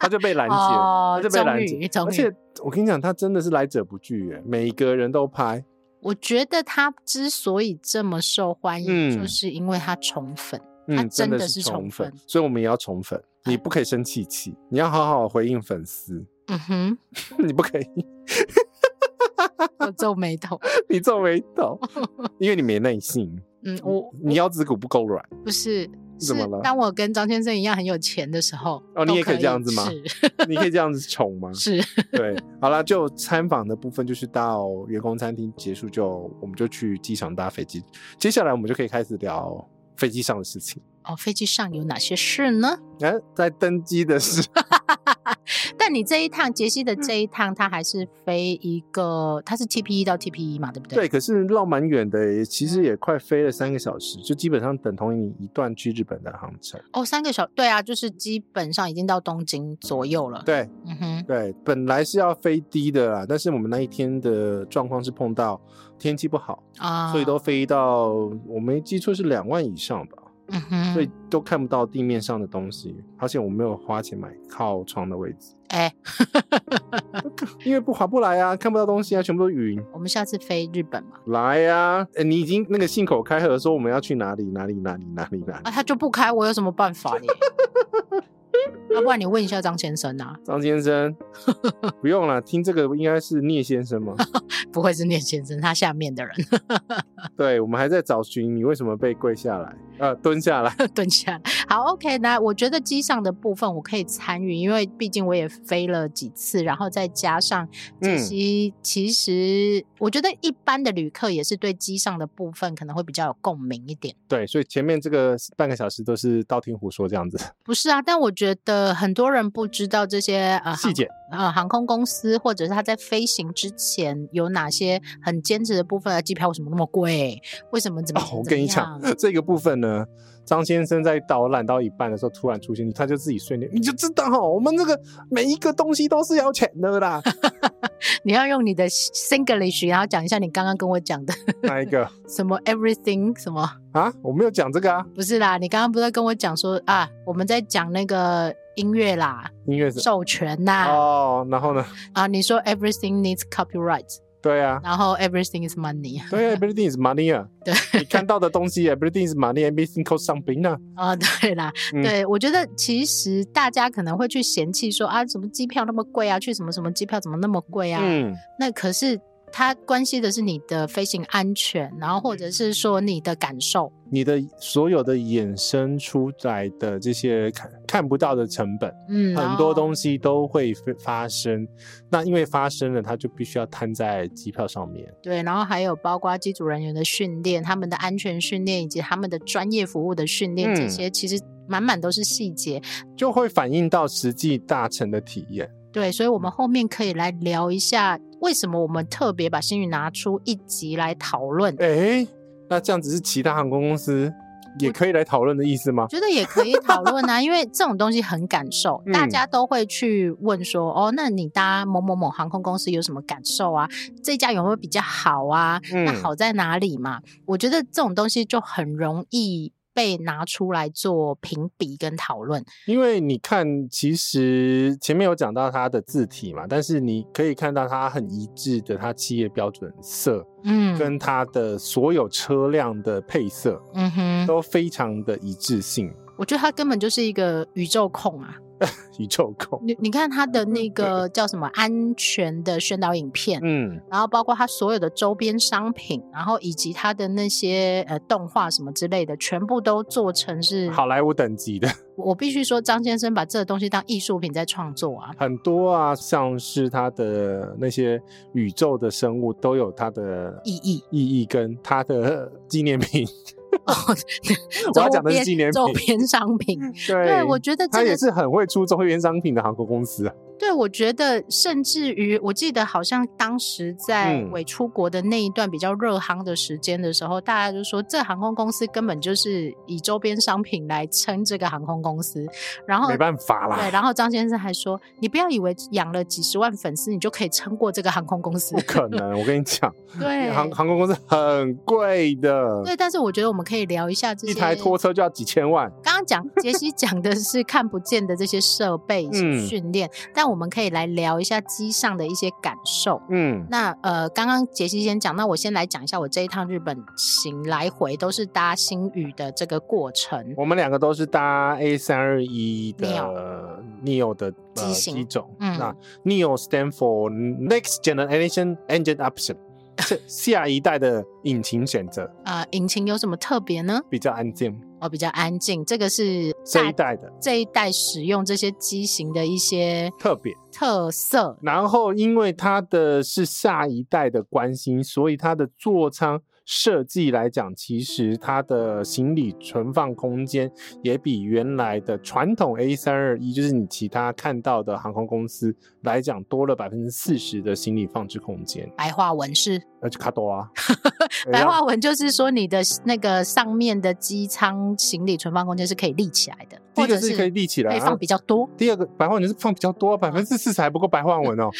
Speaker 3: 他就被拦截，
Speaker 4: 哦
Speaker 3: 他就被
Speaker 4: 终
Speaker 3: 拦
Speaker 4: 于
Speaker 3: 截。
Speaker 4: 终
Speaker 3: 而
Speaker 4: 于
Speaker 3: 且我跟你讲，他真的是来者不拒耶，每个人都拍。
Speaker 4: 我觉得他之所以这么受欢迎，
Speaker 3: 嗯
Speaker 4: 就是因为他宠粉。他
Speaker 3: 嗯，
Speaker 4: 真
Speaker 3: 的
Speaker 4: 的
Speaker 3: 是
Speaker 4: 是
Speaker 3: 宠
Speaker 4: 宠
Speaker 3: 粉
Speaker 4: 粉，
Speaker 3: 所以我们也要宠粉。你不可以生气气，你要好好回应粉丝，
Speaker 4: 嗯哼，
Speaker 3: 你不可以，
Speaker 4: 我皱眉头。
Speaker 3: 你皱眉 头，因为你没耐性，
Speaker 4: 嗯，我
Speaker 3: 你腰子骨不够软。
Speaker 4: 不是，
Speaker 3: 怎
Speaker 4: 是
Speaker 3: 么了
Speaker 4: 当我跟张先生一样很有钱的时候，
Speaker 3: 哦你
Speaker 4: 都
Speaker 3: 也可以
Speaker 4: 可
Speaker 3: 这样子吗你可以这样子宠吗？
Speaker 4: 是是，
Speaker 3: 对，好了，就参访的部分就是到员工餐厅结束就，我们就去机场搭飞机。接下来我们就可以开始聊飞机上的事情。
Speaker 4: 哦，飞机上有哪些事呢？
Speaker 3: 哎、在登机的时候，
Speaker 4: 但你这一趟杰西的
Speaker 3: 嗯
Speaker 4: 这一趟，他还是飞一个，他是 TPE 到 TPE 嘛，对不
Speaker 3: 对，
Speaker 4: 对？
Speaker 3: 可是绕蛮远的耶，其实也快飞了三个小时，就基本上等同于你一段去日本的航程。
Speaker 4: 哦，三个小，对啊，就是基本上已经到东京左右了。，
Speaker 3: 对
Speaker 4: 嗯哼，
Speaker 3: 对，本来是要飞低的啦，但是我们那一天的状况是碰到天气不好，
Speaker 4: 啊，
Speaker 3: 所以都，飞到我没记错是两万以上吧。
Speaker 4: 嗯哼，
Speaker 3: 所以都看不到地面上的东西。而且我没有花钱买靠窗的位置，
Speaker 4: 哎，
Speaker 3: 因为不划不来啊，看不到东西啊，全部都云。
Speaker 4: 我们下次飞日本嘛，
Speaker 3: 来呀、呃你已经那个信口开河说我们要去哪里哪里哪里哪里哪里。
Speaker 4: 啊，他就不开，我有什么办法呢？ 要不然你问一下张先生啊，
Speaker 3: 张先生， 不用了，听这个应该是聂先 生吗？
Speaker 4: 不会是聂先生他下面的人
Speaker 3: 对，我们还在找寻你为什么被跪下来，呃，蹲下来。
Speaker 4: 蹲下来。好，OK，那我觉得机上的部分我可以参与，因为毕竟我也飞了几次，然后再加上这
Speaker 3: 嗯
Speaker 4: 些，其实我觉得一般的旅客也是对机上的部分可能会比较有共鸣一点。
Speaker 3: 对，所以前面这个半个小时都是道听途说这样子，
Speaker 4: 不是啊，但我觉得很多人不知道这些呃
Speaker 3: 细节。
Speaker 4: 航呃航空公司或者是他在飞行之前有哪些很坚持的部分，呃机票为什么那么贵？为什么怎么、
Speaker 3: 哦，我跟你讲， 这个部分呢，张先生在导览到一半的时候突然出现，他就自己碎念，你就知道哦，我们这个每一个东西都是要钱的啦。
Speaker 4: 你要用你的 Singlish，然后讲一下你刚刚跟我讲的
Speaker 3: 哪一个
Speaker 4: 什么 everything 什么？
Speaker 3: 啊？我没有讲这个啊，
Speaker 4: 不是啦，你刚刚不是跟我讲说啊，我们在讲那个音乐啦、
Speaker 3: 音乐是
Speaker 4: 授权呐
Speaker 3: 哦，然后呢？
Speaker 4: 啊，你说 everything needs copyright，
Speaker 3: 对 啊，
Speaker 4: 然后 everything is money
Speaker 3: 对啊，everything is money 啊。
Speaker 4: 对，
Speaker 3: 你看到的东西，everything is money，everything costs something 啊。
Speaker 4: 啊，对啦，
Speaker 3: 嗯
Speaker 4: 对，我觉得其实大家可能会去嫌弃说啊，怎么机票那么贵啊，去什么什么机票怎么那么贵啊？
Speaker 3: 嗯，
Speaker 4: 那可是它关系的是你的飞行安全，然后或者是说你的感受。
Speaker 3: 你的所有的衍生出来的这些看看不到的成本，
Speaker 4: 嗯，然
Speaker 3: 很多
Speaker 4: 后
Speaker 3: 东西都会发发生。那因为发生了，它就必须要摊在机票上面。
Speaker 4: 对，然后还有包括机组人员的训练、他们的安全训练以及他们的专业服务的训练，这
Speaker 3: 嗯
Speaker 4: 些其实满满都是细节。
Speaker 3: 就会反映到实际大乘的体验。
Speaker 4: 对，所以我们后面可以来聊一下，为什么我们特别把星宇拿出一集来讨论。
Speaker 3: 诶，那这样子是其他航空公司也可以来讨论的意思吗？
Speaker 4: 觉得也可以讨论啊，因为这种东西很感 受，大
Speaker 3: 嗯
Speaker 4: 家都会去问说，哦，那你搭某某某航空公司有什么感受啊？这家有没有比较好啊？那
Speaker 3: 嗯
Speaker 4: 好在哪里嘛？我觉得这种东西就很容易被拿出来做评比跟讨论。
Speaker 3: 因为你看，其实前面有讲到它的字体嘛，但是你可以看到它很一致的，它企业标准色
Speaker 4: 嗯
Speaker 3: 跟它的所有车辆的配色
Speaker 4: 嗯哼，
Speaker 3: 都非常的一致性。
Speaker 4: 我觉得他根本就是一个宇宙控啊！
Speaker 3: 宇宙控，
Speaker 4: 你你看他的那个叫什么安全的宣导影片，
Speaker 3: 嗯，
Speaker 4: 然后包括它所有的周边商品，然后以及它的那些呃动画什么之类的，全部都做成是。
Speaker 3: 嗯好莱坞等级的
Speaker 4: 我必须说，张先生把这个东西当艺术品在创作啊。
Speaker 3: 很多啊，像是它的那些宇宙的生物都有它的
Speaker 4: 意义
Speaker 3: 意义跟它的 纪念品。
Speaker 4: 哦，
Speaker 3: 我要
Speaker 4: 周
Speaker 3: 讲的是
Speaker 4: 边
Speaker 3: 纪念
Speaker 4: 周
Speaker 3: 品
Speaker 4: 边商品，对，
Speaker 3: 对
Speaker 4: 我觉得
Speaker 3: 它
Speaker 4: 这
Speaker 3: 也
Speaker 4: 个，
Speaker 3: 是很会出周边商品的航空公司啊。
Speaker 4: 对我觉得，甚至于我记得好像当时在
Speaker 3: 嗯
Speaker 4: 伪出国的那一段比较热夯的时间的时候，大家就说这航空公司根本就是以周边商品来撑这个航空公司，然后
Speaker 3: 没办法啦，
Speaker 4: 对，然后张先生还说：“你不要以为养了几十万粉丝，你就可以撑过这个航空公司
Speaker 3: 不。可能，我跟你讲，
Speaker 4: 对
Speaker 3: 航航空公司很贵”的，
Speaker 4: 对，但是我觉得我们可以聊一下这
Speaker 3: 一
Speaker 4: 些。
Speaker 3: 台拖车就要几千万。
Speaker 4: 刚刚讲杰西讲的是看不见的这些设备以及
Speaker 3: 嗯
Speaker 4: 训练，但我们可以来聊一下机上的一些感受。
Speaker 3: 嗯，
Speaker 4: 那呃，刚刚杰西先讲，那我先来讲一下我这一趟日本行来回都是搭新宇的这个过程。
Speaker 3: 我们两个都是搭 A 三二一的 neo 的
Speaker 4: 机
Speaker 3: 呃
Speaker 4: 型
Speaker 3: 机种，
Speaker 4: 嗯
Speaker 3: 那 neo stand for next generation engine option，是下一代的引擎选择，
Speaker 4: 呃，引擎有什么特别呢？
Speaker 3: 比较安静。
Speaker 4: 哦，比较安静，这个是
Speaker 3: 这
Speaker 4: 大
Speaker 3: 一代的
Speaker 4: 这一代使用这些机型的一些
Speaker 3: 特别，
Speaker 4: 特色。
Speaker 3: 然后因为它的是下一代的关心，所以它的座舱设计来讲，其实它的行李存放空间也比原来的传统 A 三二一，就是你其他看到的航空公司来讲，多了百分之四十的行李放置空间，
Speaker 4: 白话文是，
Speaker 3: 而且卡多啊
Speaker 4: 白话文，就是说你的那个上面的机舱行李存放空间是可以立起来的，
Speaker 3: 第一
Speaker 4: 或
Speaker 3: 个
Speaker 4: 者
Speaker 3: 是可以立起来，
Speaker 4: 可以
Speaker 3: 然
Speaker 4: 放
Speaker 3: 后
Speaker 4: 比较多。
Speaker 3: 第二个白话文就是放比较多，啊百分之四十还不够白话文哦。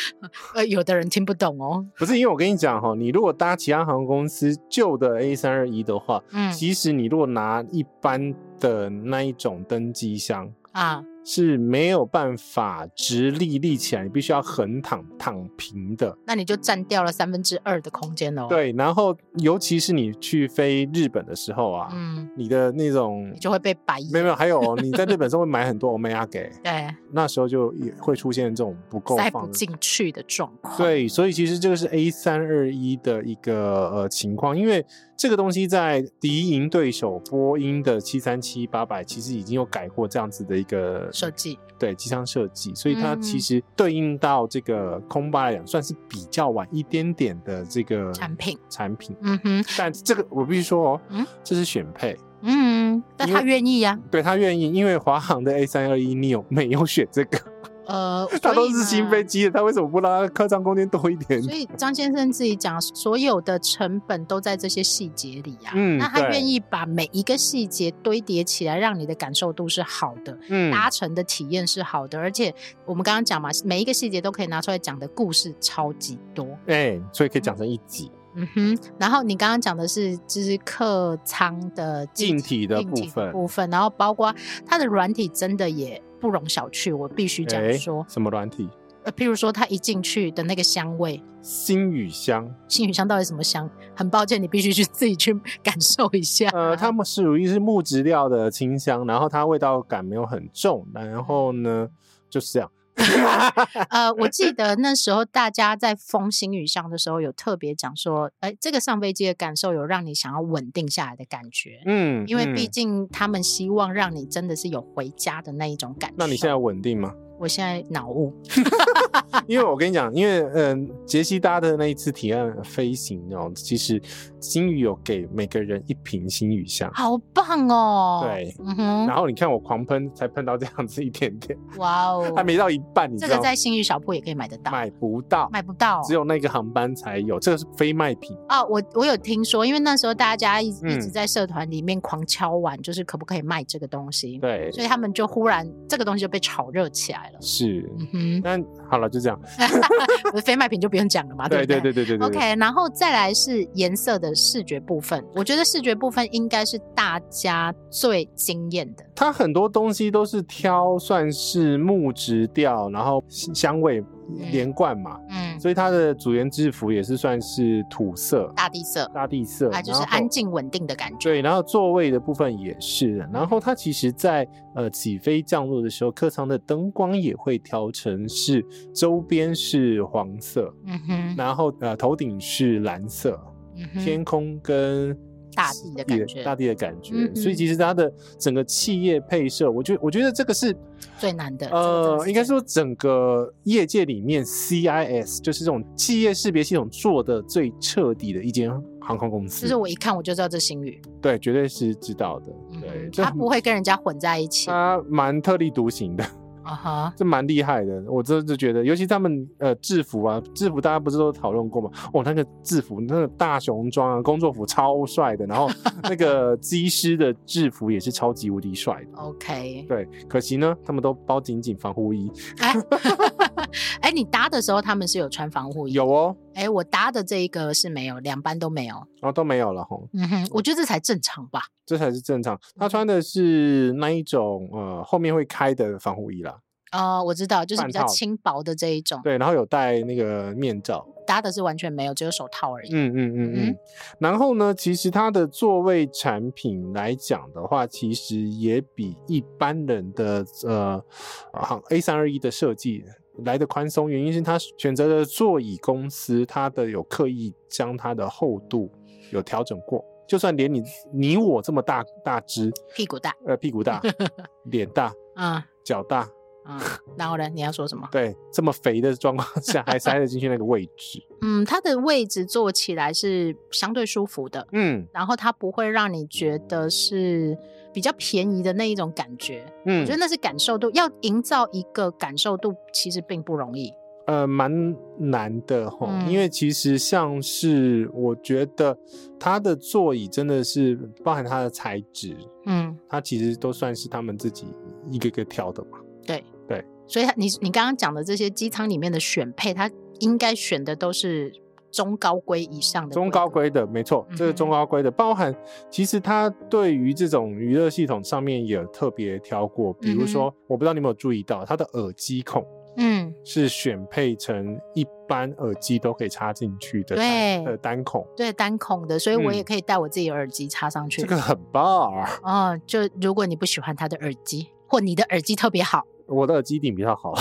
Speaker 4: 呃，有的人听不懂哦。
Speaker 3: 不是因为我跟你讲哈、你如果搭其他航空公司旧的 A 三二一的话，
Speaker 4: 嗯
Speaker 3: 其实你如果拿一般的那一种登机箱，
Speaker 4: 啊，
Speaker 3: 是没有办法直立立起来，你必须要横躺躺平的。
Speaker 4: 那你就占掉了三分之二的空间哦喽。，
Speaker 3: 对，然后尤其是你去飞日本的时候啊，
Speaker 4: 嗯，
Speaker 3: 你的那种
Speaker 4: 你就会被白眼。
Speaker 3: 没有没有，还有 哦你在日本时候会买很多欧美亚给，
Speaker 4: 对，
Speaker 3: 那时候就也会出现这种不够
Speaker 4: 塞不
Speaker 3: 放的。
Speaker 4: 进去的状况。，
Speaker 3: 对，所以其实这个是 A 三二一的一个呃情况，因为这个东西在敌营对手波音的七三七八百其实已经有改过这样子的一个
Speaker 4: 设计
Speaker 3: 对机舱设计，所以它
Speaker 4: 嗯
Speaker 3: 其实对应到这个空巴来讲，算是比较晚一点点的这个
Speaker 4: 产品
Speaker 3: 产品。
Speaker 4: 嗯哼，
Speaker 3: 但这个我必须说哦，
Speaker 4: 嗯
Speaker 3: 这是选配，
Speaker 4: 嗯，但
Speaker 3: 因
Speaker 4: 他
Speaker 3: 为
Speaker 4: 愿意呀、
Speaker 3: 对他愿意，因为华航的 A 三二一 neo 没有选这个，
Speaker 4: 呃，
Speaker 3: 它
Speaker 4: 所
Speaker 3: 都
Speaker 4: 以
Speaker 3: 是新
Speaker 4: 呢
Speaker 3: 飞机的，它为什么不让它客舱空间多一点？
Speaker 4: 所以张先生自己讲，所有的成本都在这些细节里呀、
Speaker 3: 嗯
Speaker 4: 那他
Speaker 3: 对
Speaker 4: 愿意把每一个细节堆叠起来，让你的感受度是好的，
Speaker 3: 嗯
Speaker 4: 搭乘的体验是好的，而且我们刚刚讲嘛，每一个细节都可以拿出来讲的故事超级多。
Speaker 3: 哎、所以可以讲成一集
Speaker 4: 嗯哼，然后你刚刚讲的是就是客舱的
Speaker 3: 硬体的
Speaker 4: 硬
Speaker 3: 部
Speaker 4: 体的
Speaker 3: 分，
Speaker 4: 部分，然后包括它的软体真的也不容小觑，我必须这样
Speaker 3: 哎
Speaker 4: 说。
Speaker 3: 什么软体？
Speaker 4: 呃，譬如说它一进去的那个香味，
Speaker 3: 星宇香，
Speaker 4: 新宇香到底什么香？很抱歉，你必须去 自己去感受一下。
Speaker 3: 呃，它们是属于是木质料的清香，然后它味道感没有很重，然后呢就是这样，
Speaker 4: 呃，我记得那时候大家在封新宇香的时候，有特别讲说，哎、这个上飞机的感受有让你想要稳定下来的感觉，
Speaker 3: 嗯，
Speaker 4: 因为毕
Speaker 3: 嗯
Speaker 4: 竟他们希望让你真的是有回家的那一种感受。
Speaker 3: 那你现在稳定吗？
Speaker 4: 我现在脑雾，
Speaker 3: 因为我跟你讲，因为嗯，杰西搭的那一次体验飞行哦，其实星宇有给每个人一瓶星宇香，
Speaker 4: 好棒哦！
Speaker 3: 对，
Speaker 4: 嗯哼，
Speaker 3: 然后你看我狂喷，才喷到这样子一点点，
Speaker 4: 哇哦，
Speaker 3: 还没到一半，你
Speaker 4: 这
Speaker 3: 知
Speaker 4: 个
Speaker 3: 道吗
Speaker 4: 在新宇小铺也可以买得到，
Speaker 3: 买不到，
Speaker 4: 买不到，
Speaker 3: 只有那个航班才有，这个是非卖品。
Speaker 4: 哦，我我有听说，因为那时候大家一一直
Speaker 3: 嗯
Speaker 4: 在社团里面狂敲碗，就是可不可以卖这个东西，
Speaker 3: 对，
Speaker 4: 所以他们就忽然这个东西就被炒热起来了。
Speaker 3: 是。
Speaker 4: 嗯
Speaker 3: 那好了，就这样。
Speaker 4: 哼，非卖品就不用讲了嘛，
Speaker 3: 对
Speaker 4: 不
Speaker 3: 对对对对对。
Speaker 4: 啊 OK，然后再来是颜色的视觉部分，我觉得视觉部分应该是大家最惊艳的。
Speaker 3: 它很多东西都是挑算是木质调，然后香味连贯嘛，
Speaker 4: 嗯，
Speaker 3: 所以它的组员制服也是算是土色、
Speaker 4: 大地色
Speaker 3: 大地色，
Speaker 4: 啊，就
Speaker 3: 然
Speaker 4: 是
Speaker 3: 后
Speaker 4: 安静稳定的感觉。
Speaker 3: 对，然后座位的部分也是，然后它其实在，呃起飞降落的时候，客舱的灯光也会调成是周边是黄色，
Speaker 4: 嗯哼，
Speaker 3: 然后呃头顶是蓝色，
Speaker 4: 嗯哼，
Speaker 3: 天空跟
Speaker 4: 大地的感觉
Speaker 3: 大地的感觉。
Speaker 4: 嗯嗯
Speaker 3: 所以其实它的整个企业配设，我觉得我觉得这个是
Speaker 4: 最难的。这个真的
Speaker 3: 呃，
Speaker 4: 是
Speaker 3: 应该
Speaker 4: 最
Speaker 3: 说整个业界里面 CIS 就是这种企业识别系统做的最彻底的一间航空公司，
Speaker 4: 就是我一看我就知道这星宇，
Speaker 3: 对，绝对是知道的。
Speaker 4: 嗯
Speaker 3: 对，
Speaker 4: 哼，
Speaker 3: 这
Speaker 4: 他不会跟人家混在一起。啊
Speaker 3: 他蛮特立独行的，
Speaker 4: 哈，
Speaker 3: 这蛮厉害的。我真的觉得，尤其他们呃制服啊，制服大家不是都讨论过吗？哦，那个制服，那个大熊装啊，工作服超帅的，然后那个机师的制服也是超级无敌帅的。
Speaker 4: OK，
Speaker 3: 对，可惜呢，他们都包紧紧防护衣，
Speaker 4: 哎， 哎，你搭的时候他们是有穿防护衣？
Speaker 3: 有。哦，
Speaker 4: 哎，我搭的这一个是没有，两班都没有。
Speaker 3: 然后都没有了吼，
Speaker 4: 嗯哼，我觉得这才正常吧。
Speaker 3: 这才是正常。他穿的是那一种呃后面会开的防护衣啦，
Speaker 4: 哦，我知道，就是比
Speaker 3: 半
Speaker 4: 较
Speaker 3: 套
Speaker 4: 轻薄的这一种，
Speaker 3: 对，然后有戴那个面罩，
Speaker 4: 搭的是完全没有，只有手套而已。
Speaker 3: 嗯嗯嗯
Speaker 4: 嗯
Speaker 3: 嗯。然后呢，其实它的座位产品来讲的话，其实也比一般人的呃航 A 三二一的设计来的宽松，原因是它选择了座椅公司，它的有刻意将它的厚度有调整过。就算连你你我这么大大只，
Speaker 4: 屁股大，
Speaker 3: 呃，屁股 大、脸大、
Speaker 4: 嗯
Speaker 3: 脚大，
Speaker 4: 嗯，然后呢，你要说什么？
Speaker 3: 对，这么肥的状况下还塞得进去那个位置，
Speaker 4: 嗯，它的位置坐起来是相对舒服的，
Speaker 3: 嗯
Speaker 4: 然后它不会让你觉得是比较便宜的那一种感觉。我
Speaker 3: 嗯
Speaker 4: 觉得，那是感受度，要营造一个感受度，其实并不容易。
Speaker 3: 呃，蛮难的吼，
Speaker 4: 嗯
Speaker 3: 因为其实像是我觉得它的座椅真的是包含它的材质，
Speaker 4: 嗯，
Speaker 3: 它其实都算是他们自己一个一个挑的嘛。
Speaker 4: 所以它你你刚刚讲的这些机舱里面的选配，它应该选的都是中高规以上的
Speaker 3: 中
Speaker 4: 格
Speaker 3: 高规的，没
Speaker 4: 嗯
Speaker 3: 错，这是中高规的，包含其实它对于这种娱乐系统上面也有特别挑过，比如说，我不知道你有没有注意到，它的耳机孔
Speaker 4: 嗯，
Speaker 3: 是选配成一般耳机都可以插进去的
Speaker 4: 对
Speaker 3: 单呃单孔，
Speaker 4: 对单孔的，所以我
Speaker 3: 嗯
Speaker 4: 也可以戴我自己的耳机插上去。
Speaker 3: 这个很棒啊。
Speaker 4: 哦，就如果你不喜欢他的耳机，或你的耳机特别好，
Speaker 3: 我的耳机顶比较好，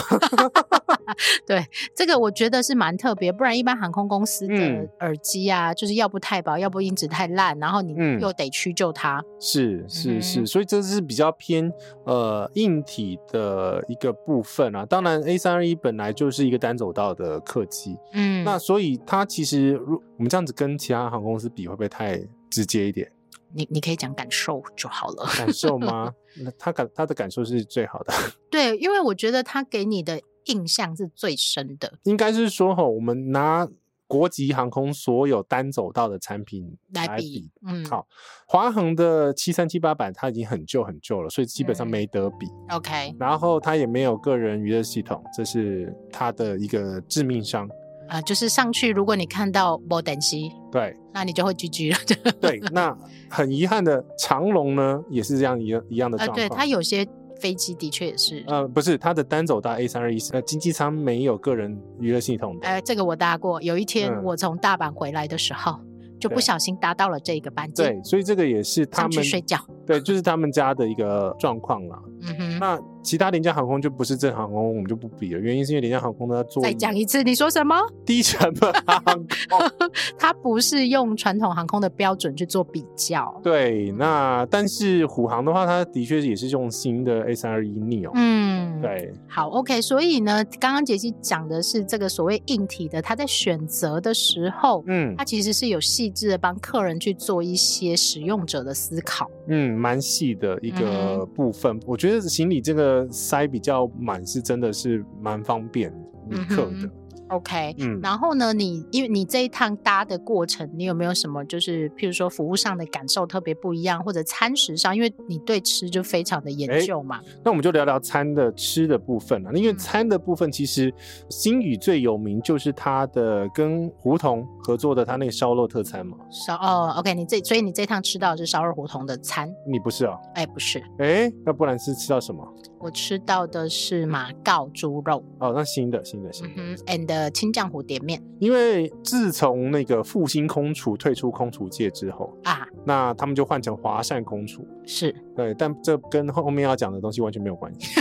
Speaker 4: 这个我觉得是蛮特别，不然一般航空公司的
Speaker 3: 嗯
Speaker 4: 耳机啊，就是要不太薄，要不音质太烂，然后你
Speaker 3: 嗯
Speaker 4: 又得屈就它。
Speaker 3: 是
Speaker 4: 嗯哼
Speaker 3: 是是，所以这是比较偏呃硬体的一个部分啊。当然，A 三二一本来就是一个单走道的客机，
Speaker 4: 嗯，
Speaker 3: 那所以它其实如我们这样子跟其他航空公司比，会不会太直接一点？
Speaker 4: 你你可以讲感受就好了。
Speaker 3: 感受吗？那他感他的感受是最好的，
Speaker 4: 对，因为我觉得他给你的印象是最深的。
Speaker 3: 应该是说哈，我们拿国际航空所有单走道的产品
Speaker 4: 来
Speaker 3: 来
Speaker 4: 比
Speaker 3: 比，，
Speaker 4: 嗯，
Speaker 3: 好华航的七三七八版它已经很旧很旧了，所以基本上
Speaker 4: 嗯
Speaker 3: 没得比。
Speaker 4: ，OK，
Speaker 3: 然后它也没有个人娱乐系统，这是它的一个致命伤。
Speaker 4: 啊、就是上去，如果你看到波等西，
Speaker 3: 对
Speaker 4: 那你就会 GG 了。
Speaker 3: 对，那很遗憾的，长龙呢也是这样一样一样的
Speaker 4: 呃
Speaker 3: 状，况。
Speaker 4: 对，它有些飞机的确也是，
Speaker 3: 呃不是它的单走到 A 三二一，呃经济舱没有个人娱乐系统的。
Speaker 4: 呃，这个我搭过。有一天
Speaker 3: 嗯
Speaker 4: 我从大阪回来的时候，就不
Speaker 3: 对
Speaker 4: 小心搭到了这个班机，
Speaker 3: 对，所以这个也是他
Speaker 4: 上去
Speaker 3: 们
Speaker 4: 睡觉。
Speaker 3: 对，就是他们家的一个状况啦。
Speaker 4: 嗯哼。
Speaker 3: 那其他廉价航空就不是正航空，我们就不比了。原因是因为廉价航空它做
Speaker 4: 再讲一次，你说什么？
Speaker 3: 低成本航空，
Speaker 4: 它不是用传统航空的标准去做比较。
Speaker 3: 对。那但是虎航的话，它的确也是用新的 A 三二一 neo，、
Speaker 4: 嗯，，
Speaker 3: 对，
Speaker 4: 好，OK。所以呢，刚刚杰西讲的是这个所谓硬体的，他在选择的时候，
Speaker 3: 嗯
Speaker 4: 他其实是有细致的帮客人去做一些使用者的思考。
Speaker 3: 嗯，蛮细的一
Speaker 4: 嗯
Speaker 3: 个部分。我觉得行李这个塞比较满是真的是蛮方便旅客
Speaker 4: 嗯
Speaker 3: 的。
Speaker 4: OK，
Speaker 3: 嗯
Speaker 4: 然后呢，你因为你这一趟搭的过程，你有没有什么就是，譬如说服务上的感受特别不一样，或者餐食上，因为你对吃就非常的研
Speaker 3: 哎
Speaker 4: 究嘛，
Speaker 3: 那我们就聊聊餐的吃的部分了，啊因为
Speaker 4: 嗯
Speaker 3: 餐的部分其实新宇最有名就是它的跟胡同合作的它那个烧肉特餐嘛。
Speaker 4: 烧哦，OK，你这所以你这趟吃到的是烧肉胡同的餐，
Speaker 3: 你不是啊？
Speaker 4: 哎，不是，
Speaker 3: 诶，那不然是吃到什么？
Speaker 4: 我吃到的是马告猪肉，
Speaker 3: 哦，那新的新的新
Speaker 4: 嗯
Speaker 3: 的，
Speaker 4: 哼，and 青酱蝴蝶面
Speaker 3: 因为自从那个复兴空厨退出空厨界之后，
Speaker 4: 啊，
Speaker 3: 那他们就换成华善空厨。
Speaker 4: 是
Speaker 3: 对，但这跟后面要讲的东西完全没有关系。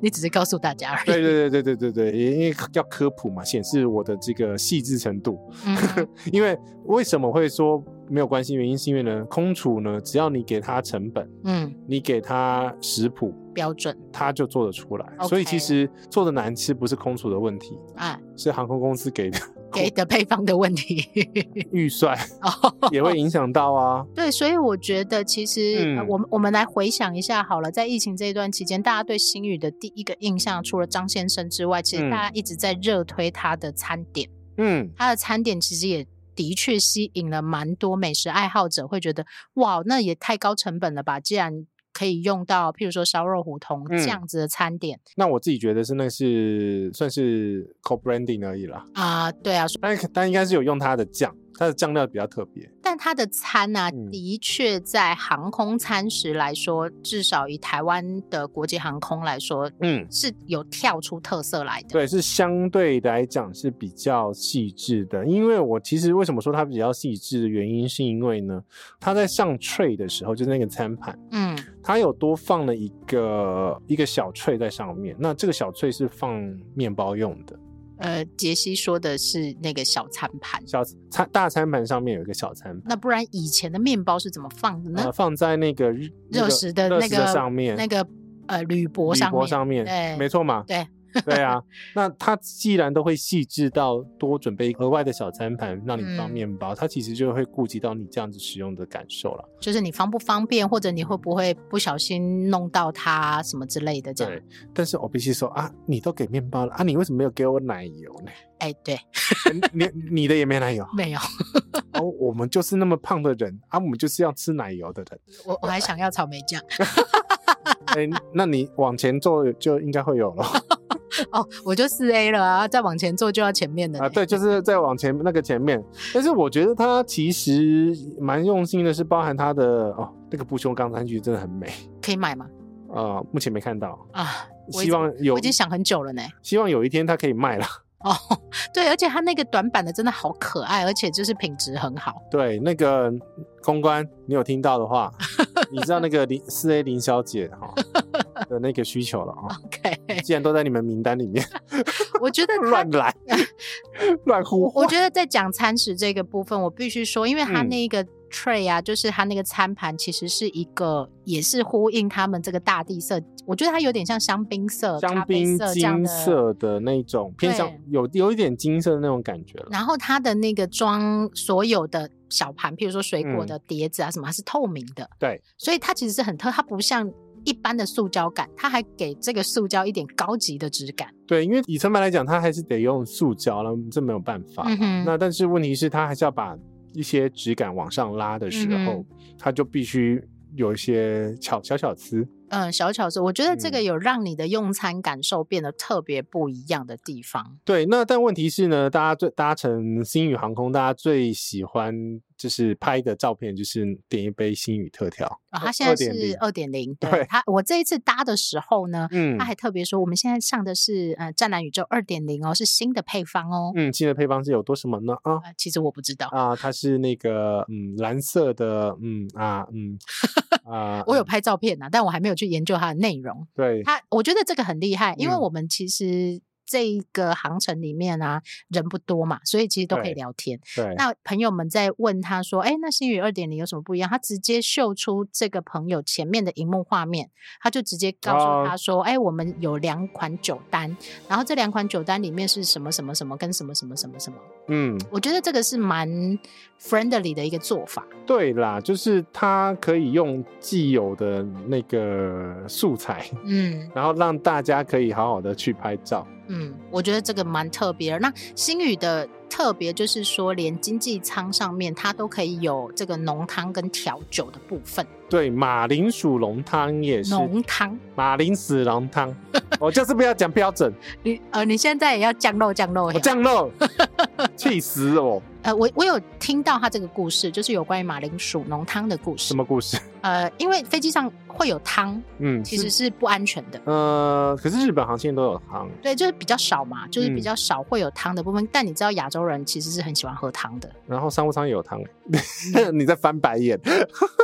Speaker 4: 你只是告诉大家而已，
Speaker 3: 对对对对对对对， 因为要科普嘛，显示我的这个细致程度。
Speaker 4: 嗯哼
Speaker 3: 因为为什么会说没有关系？原因是因为呢，空厨呢，只要你给他成本，
Speaker 4: 嗯，
Speaker 3: 你给他食谱，
Speaker 4: 标准
Speaker 3: 他就做得出来。
Speaker 4: OK
Speaker 3: 所以其实做的难吃不是空厨的问题，
Speaker 4: 啊，
Speaker 3: 是航空公司给 的
Speaker 4: 给的配方的问题
Speaker 3: 预算
Speaker 4: 哦，
Speaker 3: 也会影响到啊。
Speaker 4: 对，所以我觉得其实、呃
Speaker 3: 嗯
Speaker 4: 我们我们来回想一下好了，在疫情这一段期间，大家对新宇的第一个印象，除了张先生之外，其实
Speaker 3: 嗯
Speaker 4: 大家一直在热推他的餐点，
Speaker 3: 嗯，
Speaker 4: 他的餐点其实也。的确吸引了蛮多美食爱好者，会觉得哇，那也太高成本了吧！既然可以用到，譬如说烧肉胡同、
Speaker 3: 嗯
Speaker 4: 这样子的餐点
Speaker 3: 那我自己觉得是那是算是 co branding 而已啦，
Speaker 4: 啊、对啊，
Speaker 3: 但但应该是有用它的酱，它的酱料比较特别。
Speaker 4: 但它的餐啊，
Speaker 3: 嗯
Speaker 4: 的确在航空餐食来说，至少以台湾的国际航空来说，
Speaker 3: 嗯，
Speaker 4: 是有跳出特色来的。
Speaker 3: 对，是相对来讲是比较细致的，因为我其实为什么说它比较细致的原因，是因为呢，它在上 tray 的时候，就是那个餐盘，
Speaker 4: 嗯，
Speaker 3: 它有多放了一个一个小 tray 在上面，那这个小 tray 是放面包用的，
Speaker 4: 呃，杰西说的是那个小餐盘，
Speaker 3: 小餐大餐盘上面有一个小餐盘，
Speaker 4: 那不然以前的面包是怎么放的呢
Speaker 3: 呃，？放在那个日那
Speaker 4: 嗯热
Speaker 3: 个
Speaker 4: 食的
Speaker 3: 热
Speaker 4: 那
Speaker 3: 食
Speaker 4: 个
Speaker 3: 上面，
Speaker 4: 那个呃铝箔
Speaker 3: 铝
Speaker 4: 上面，
Speaker 3: 箔上面，
Speaker 4: 对
Speaker 3: 没错嘛，
Speaker 4: 对
Speaker 3: 对啊，那它既然都会细致到多准备额外的小餐盘让你放
Speaker 4: 嗯
Speaker 3: 面包，它其实就会顾及到你这样子使用的感受了。
Speaker 4: 就是你方不方便，或者你会不会不小心弄到它什么之类的这样
Speaker 3: 对。，但是我必须说啊，你都给面包了啊，你为什么没有给我奶油呢？
Speaker 4: 哎，对，
Speaker 3: 你你的也没奶油
Speaker 4: 没有，
Speaker 3: 哦，我们就是那么胖的人啊，我们就是要吃奶油的人。
Speaker 4: 我我还想要草莓酱。
Speaker 3: 哎，那你往前坐就应该会有了。
Speaker 4: 哦，我就四 A 了啊，再往前坐就要前面的
Speaker 3: 啊，
Speaker 4: 呢
Speaker 3: 对，就是再往前那个前面。但是我觉得他其实蛮用心的，是包含他的哦，那个不锈钢餐具真的很美
Speaker 4: 可以买吗？
Speaker 3: 啊、呃目前没看到，
Speaker 4: 啊，我已
Speaker 3: 希
Speaker 4: 经
Speaker 3: 望有
Speaker 4: 我已经想很久了呢。
Speaker 3: 希望有一天它可以卖了。
Speaker 4: 哦，对，而且它那个短板的真的好可爱，而且就是品质很好。
Speaker 3: 对，那个公关，你有听到的话，你知道那个林四 A 林小姐哈、 的那个需求了啊、
Speaker 4: OK，
Speaker 3: 既然都在你们名单 里面，
Speaker 4: 我觉得它
Speaker 3: 乱 来，乱呼
Speaker 4: 我
Speaker 3: 唤。
Speaker 4: 觉得在讲餐食这个部分，我必须说，因为它
Speaker 3: 嗯
Speaker 4: 那个 tray 啊，就是它那个餐盘，其实是一个也是呼应他们这个大地色，我觉得它有点像香槟色、
Speaker 3: 香
Speaker 4: 咖啡
Speaker 3: 槟
Speaker 4: 色这样
Speaker 3: 金
Speaker 4: 的
Speaker 3: 色的那种偏向
Speaker 4: 对
Speaker 3: 有有一点金色的那种感觉了，
Speaker 4: 然后它的那个装所有的小盘，譬如说水果的碟子啊什么，它是透明的，
Speaker 3: 嗯对，
Speaker 4: 所以它其实是很特，它不像一般的塑胶感，它还给这个塑胶一点高级的质感。
Speaker 3: 对，因为以成本来讲，它还是得用塑胶了，这没有办法。
Speaker 4: 嗯哼
Speaker 3: 那但是问题是，它还是要把一些质感往上拉的时
Speaker 4: 嗯
Speaker 3: 候，
Speaker 4: 哼
Speaker 3: 它就必须有一些巧小小疵。
Speaker 4: 嗯，小巧思，我觉得这个
Speaker 3: 嗯
Speaker 4: 有让你的用餐感受变得特别不一样的地方。
Speaker 3: 对，那但问题是呢，大家最搭乘星宇航空，大家最喜欢就是拍的照片就是点一杯星宇特调。
Speaker 4: 啊、
Speaker 3: 二
Speaker 4: 它现在是
Speaker 3: 2.0
Speaker 4: 二点零，对
Speaker 3: 对
Speaker 4: 它，我这一次搭的时候呢，
Speaker 3: 嗯
Speaker 4: 他还特别说，我们现在上的是呃《湛蓝宇宙》二点零哦，是新的配方哦。
Speaker 3: 嗯，新的配方是有多什么呢？啊
Speaker 4: 呃其实我不知道，
Speaker 3: 啊，它是那个嗯蓝色的嗯啊 嗯啊，
Speaker 4: 我有
Speaker 3: 嗯
Speaker 4: 拍照片呐、但我还没有去研究它的内容。
Speaker 3: 对
Speaker 4: 它，我觉得这个很厉害，因为
Speaker 3: 嗯
Speaker 4: 我们其实这一个航程里面啊，人不多嘛，所以其实都可
Speaker 3: 对
Speaker 4: 以聊天。
Speaker 3: 对
Speaker 4: 那朋友们在问他说：“哎，那星宇二点零有什么不一样？”他直接秀出这个朋友前面的荧幕画面，他就直接告诉
Speaker 3: 哦
Speaker 4: 他说：“哎，我们有两款酒单，然后这两款酒单里面是什么什么什么跟什么什么什么什么。
Speaker 3: 嗯”
Speaker 4: 我觉得这个是蛮 friendly 的一个做法。
Speaker 3: 对啦，就是它可以用既有的那个素材，
Speaker 4: 嗯
Speaker 3: 然后让大家可以好好的去拍照。
Speaker 4: 嗯，我觉得这个蛮特别的。那星宇的特别就是说，连经济舱上面它都可以有这个浓汤跟调酒的部分，
Speaker 3: 对，马铃薯浓汤也是
Speaker 4: 浓汤。
Speaker 3: 马铃薯浓 汤，我就是不要讲标准，
Speaker 4: 你呃，你现在也要降肉哦降肉呀
Speaker 3: 我酱 肉，气死我！
Speaker 4: 呃，我我有听到他这个故事，就是有关于马铃薯浓汤的故
Speaker 3: 什
Speaker 4: 事。
Speaker 3: 么故事？
Speaker 4: 呃，因为飞机上会有汤，
Speaker 3: 嗯，
Speaker 4: 其实
Speaker 3: 是
Speaker 4: 是不安全的。
Speaker 3: 呃，可是日本航线都有汤，
Speaker 4: 对，就是比较少嘛，就是比
Speaker 3: 嗯
Speaker 4: 较少会有汤的部分。但你知道亚洲人其实是很喜欢喝汤的。
Speaker 3: 然后商务舱也有汤、欸， 你在翻白眼。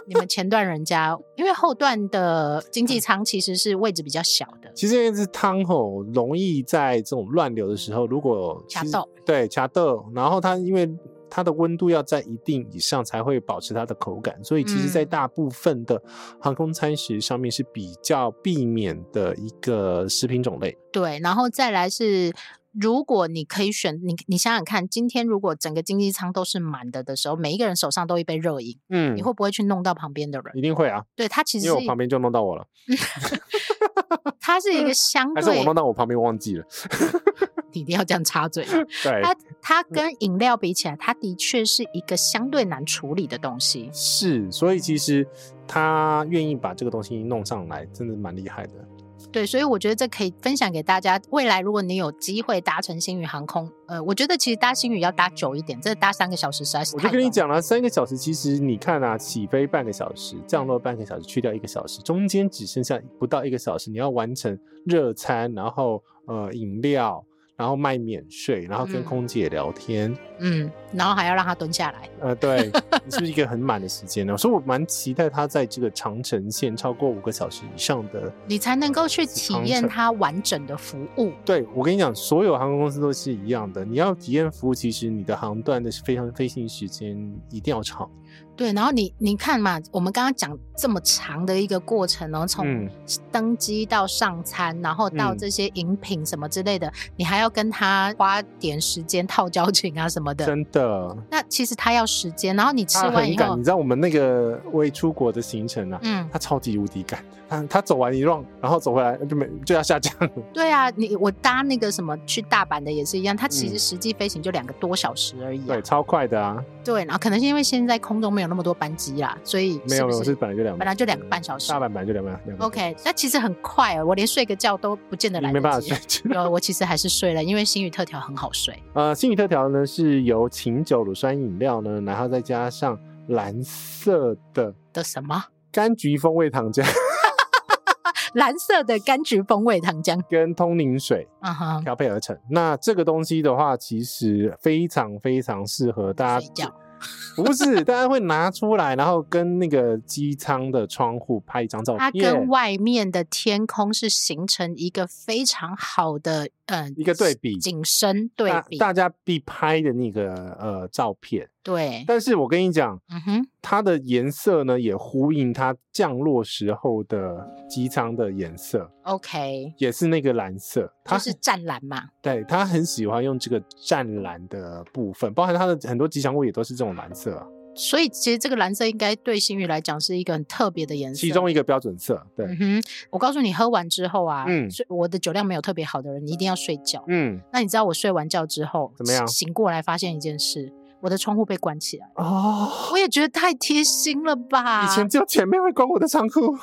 Speaker 4: 你们前段人家，因为后段的
Speaker 3: 嗯
Speaker 4: 经济舱其实是位置比较小的，
Speaker 3: 其实因为是汤吼，容易在这种乱流的时候，如果
Speaker 4: 卡
Speaker 3: 其实
Speaker 4: 豆，
Speaker 3: 对卡豆，然后它因为它的温度要在一定以上才会保持它的口感，所以其实，在
Speaker 4: 嗯
Speaker 3: 大部分的航空餐食上面是比较避免的一个食品种类。
Speaker 4: 对，然后再来是。如果你可以选，你你想想看，今天如果整个经济舱都是满的的时候，每一个人手上都一杯热饮，
Speaker 3: 嗯
Speaker 4: 你会不会去弄到旁边的人？
Speaker 3: 一定会啊，
Speaker 4: 对他其实
Speaker 3: 因为
Speaker 4: 是
Speaker 3: 我旁边就弄到我了，
Speaker 4: 它是一个相
Speaker 3: 还是我
Speaker 4: 嗯对，
Speaker 3: 弄到我旁边忘记了？
Speaker 4: 你一定要这样插嘴吗。
Speaker 3: 对，
Speaker 4: 它
Speaker 3: 嗯
Speaker 4: 它跟饮料比起来，它的确是一个相对难处理的东西。
Speaker 3: 是，所以其实他愿意把这个东西弄上来，真的蛮厉害的。
Speaker 4: 对，所以我觉得这可以分享给大家。未来如果你有机会搭乘星宇航空，呃，我觉得其实搭星宇要搭久一点，这搭三个小时实在是
Speaker 3: 我
Speaker 4: 太
Speaker 3: 就跟你
Speaker 4: 短
Speaker 3: 讲
Speaker 4: 了。
Speaker 3: 了，三个小时，其实你看啊，起飞半个小时，降落半个小时，去掉一个小时，中间只剩下不到一个小时，你要完成热餐，然后呃饮料，然后卖免税，然后
Speaker 4: 嗯
Speaker 3: 跟空姐聊天，
Speaker 4: 嗯，然后还要让它蹲下来。
Speaker 3: 呃，对，是不是一个很满的时间呢？所 以我蛮期待他在这个长城线超过五个小时以上的。
Speaker 4: 你才能够去体
Speaker 3: 长
Speaker 4: 验
Speaker 3: 城
Speaker 4: 它完整的服务。
Speaker 3: 对我跟你讲，所有航空公司都是一样的，你要体验服务，其实你的航段的飞常飞行时间一定要长。
Speaker 4: 对，然后你你看嘛，我们刚刚讲这么长的一个过程哦，从
Speaker 3: 嗯
Speaker 4: 登机到上餐，然后到
Speaker 3: 嗯
Speaker 4: 这些饮品什么之类的，你还要跟他花点时间套交情啊什么的。
Speaker 3: 真的，
Speaker 4: 那其实他要时间，然后你吃
Speaker 3: 他
Speaker 4: 完
Speaker 3: 啊很
Speaker 4: 以
Speaker 3: 赶。
Speaker 4: 后
Speaker 3: 你，知道我们那个未出国的行程啊，
Speaker 4: 嗯，
Speaker 3: 他超级无敌赶，他他走完一 round，然后走回来就没就要下 降了。
Speaker 4: 对啊，你我搭那个什么去大阪的也是一样，它其实
Speaker 3: 嗯
Speaker 4: 实际飞行就两个多小时而已啊、
Speaker 3: 对，超快的啊，
Speaker 4: 对，然后可能是因为现在空中没有那么多班机啦，所以
Speaker 3: 没有没有，
Speaker 4: 是
Speaker 3: 是
Speaker 4: 不是
Speaker 3: 本来就两
Speaker 4: 本来就两个半小时
Speaker 3: 大。阪本来就两百两百
Speaker 4: OK，那其实很快哦，我连睡个觉都不见得
Speaker 3: 你
Speaker 4: 来
Speaker 3: 没办法
Speaker 4: 得及
Speaker 3: 睡。 觉。
Speaker 4: 有，我其实还是睡了，因为星宇特调很好睡。
Speaker 3: 呃，星宇特调呢是由琴酒、乳酸饮料呢，然后再加上蓝色的
Speaker 4: 的什么？
Speaker 3: 柑橘风味糖浆
Speaker 4: 蓝色的柑橘风味糖浆。
Speaker 3: 跟通灵水
Speaker 4: 嗯哼，
Speaker 3: 调配而成。那这个东西的话，其实非常非常适合大家
Speaker 4: 睡觉。
Speaker 3: 不是，大家会拿出来，然后跟那个机舱的窗户拍一张照
Speaker 4: 它
Speaker 3: 片
Speaker 4: 跟，外面的天空是形成一个非常好的嗯、
Speaker 3: 一个对比
Speaker 4: 景深对
Speaker 3: 大
Speaker 4: 比。
Speaker 3: 大家必拍的那个呃照片。
Speaker 4: 对，
Speaker 3: 但是我跟你讲，
Speaker 4: 嗯哼，
Speaker 3: 它的颜色呢也呼应它降落时候的机舱的颜色，
Speaker 4: OK，
Speaker 3: 也是那个蓝色。它
Speaker 4: 就是湛蓝嘛。
Speaker 3: 对他很喜欢用这个湛蓝的部分，包含他的很多吉祥物也都是这种蓝色啊，
Speaker 4: 所以其实这个蓝色应该对星宇来讲是一个很特别的颜色。
Speaker 3: 其中一个标准色。对，
Speaker 4: 嗯哼，我告诉你，喝完之后啊，
Speaker 3: 嗯
Speaker 4: 睡我的酒量没有特别好的人，你一定要睡觉。
Speaker 3: 嗯，
Speaker 4: 那你知道我睡完觉之后
Speaker 3: 怎么样
Speaker 4: 醒过来发现一件事，我的窗户被关起来，
Speaker 3: 哦，
Speaker 4: 我也觉得太贴心了吧。
Speaker 3: 以前只有前面会关我的仓库，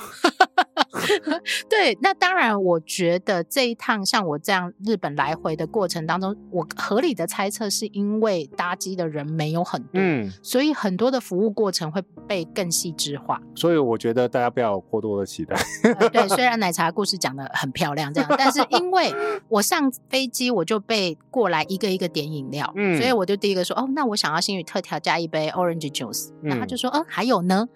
Speaker 4: 对，那当然，我觉得这一趟像我这样日本来回的过程当中，我合理的猜测是因为搭机的人没有很多，
Speaker 3: 嗯，
Speaker 4: 所以很多的服务过程会被更细致化。
Speaker 3: 所以我觉得大家不要有过多的期待。
Speaker 4: 呃对，虽然奶茶故事讲的很漂亮，这样，但是因为我上飞机我就被过来一个一个点饮料，
Speaker 3: 嗯
Speaker 4: 所以我就第一个说，哦，那我想要星宇特调加一杯 orange juice，那他
Speaker 3: 嗯
Speaker 4: 就说，嗯，还有呢。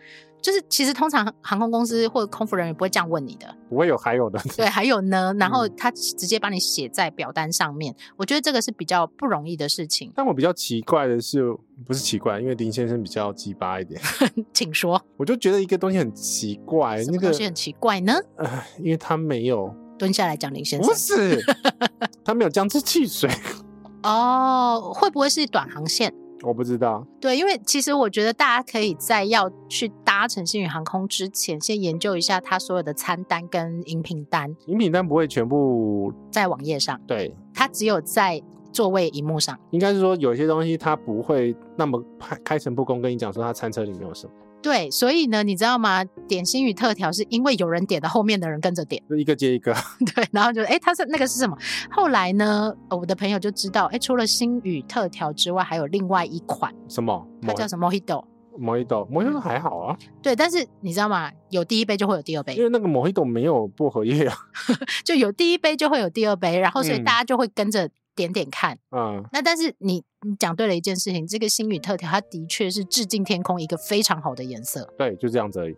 Speaker 4: 就是其实通常航空公司或者空服人员不会这样问你的，
Speaker 3: 不会有还有的，
Speaker 4: 对，还有呢，然后
Speaker 3: 嗯
Speaker 4: 他直接把你写在表单上面，我觉得这个是比较不容易的事情，
Speaker 3: 但我比较奇怪的是，不是奇怪，因为林先生比较鸡巴一点，
Speaker 4: 请说，
Speaker 3: 我就觉得一个东西很奇怪，
Speaker 4: 什
Speaker 3: 哎那
Speaker 4: 么
Speaker 3: 个
Speaker 4: 东西很奇怪呢？
Speaker 3: 呃，因为他没有，
Speaker 4: 蹲下来讲，林先生
Speaker 3: 不， 是，他没有姜汁汽水，
Speaker 4: 哦，会不会是短航线？
Speaker 3: 我不知道，
Speaker 4: 对，因为其实我觉得大家可以在要去搭乘星宇航空之前，先研究一下它所有的餐单跟饮品单，
Speaker 3: 饮品单不会全部
Speaker 4: 在网页上，
Speaker 3: 对，
Speaker 4: 它只有在座位荧幕上。
Speaker 3: 应该是说有些东西它不会那么开开诚布公跟你讲说它餐车里面有什么，
Speaker 4: 对，所以呢，你知道吗？点星宇特调是因为有人点的，后面的人跟着点。
Speaker 3: 就一个接一个。
Speaker 4: 对，然后就哎，诶他是那个是什么？后来呢，呃我的朋友就知道，哎，除了星宇特调之外，还有另外一款，
Speaker 3: 什么？
Speaker 4: 它叫什么 Mojito。
Speaker 3: 摩一豆？摩一豆还好啊，
Speaker 4: 对，但是你知道吗？有第一杯就会有第二
Speaker 3: 因
Speaker 4: 杯，
Speaker 3: 为那个摩一豆没有薄荷叶啊。
Speaker 4: 就有第一杯就会有第二杯，然后所以
Speaker 3: 嗯
Speaker 4: 大家就会跟着点点看。
Speaker 3: 嗯，
Speaker 4: 那但是你你讲对了一件事情，这个星宇特调它的确是致敬天空一个非常好的颜色。
Speaker 3: 对，就这样子而已，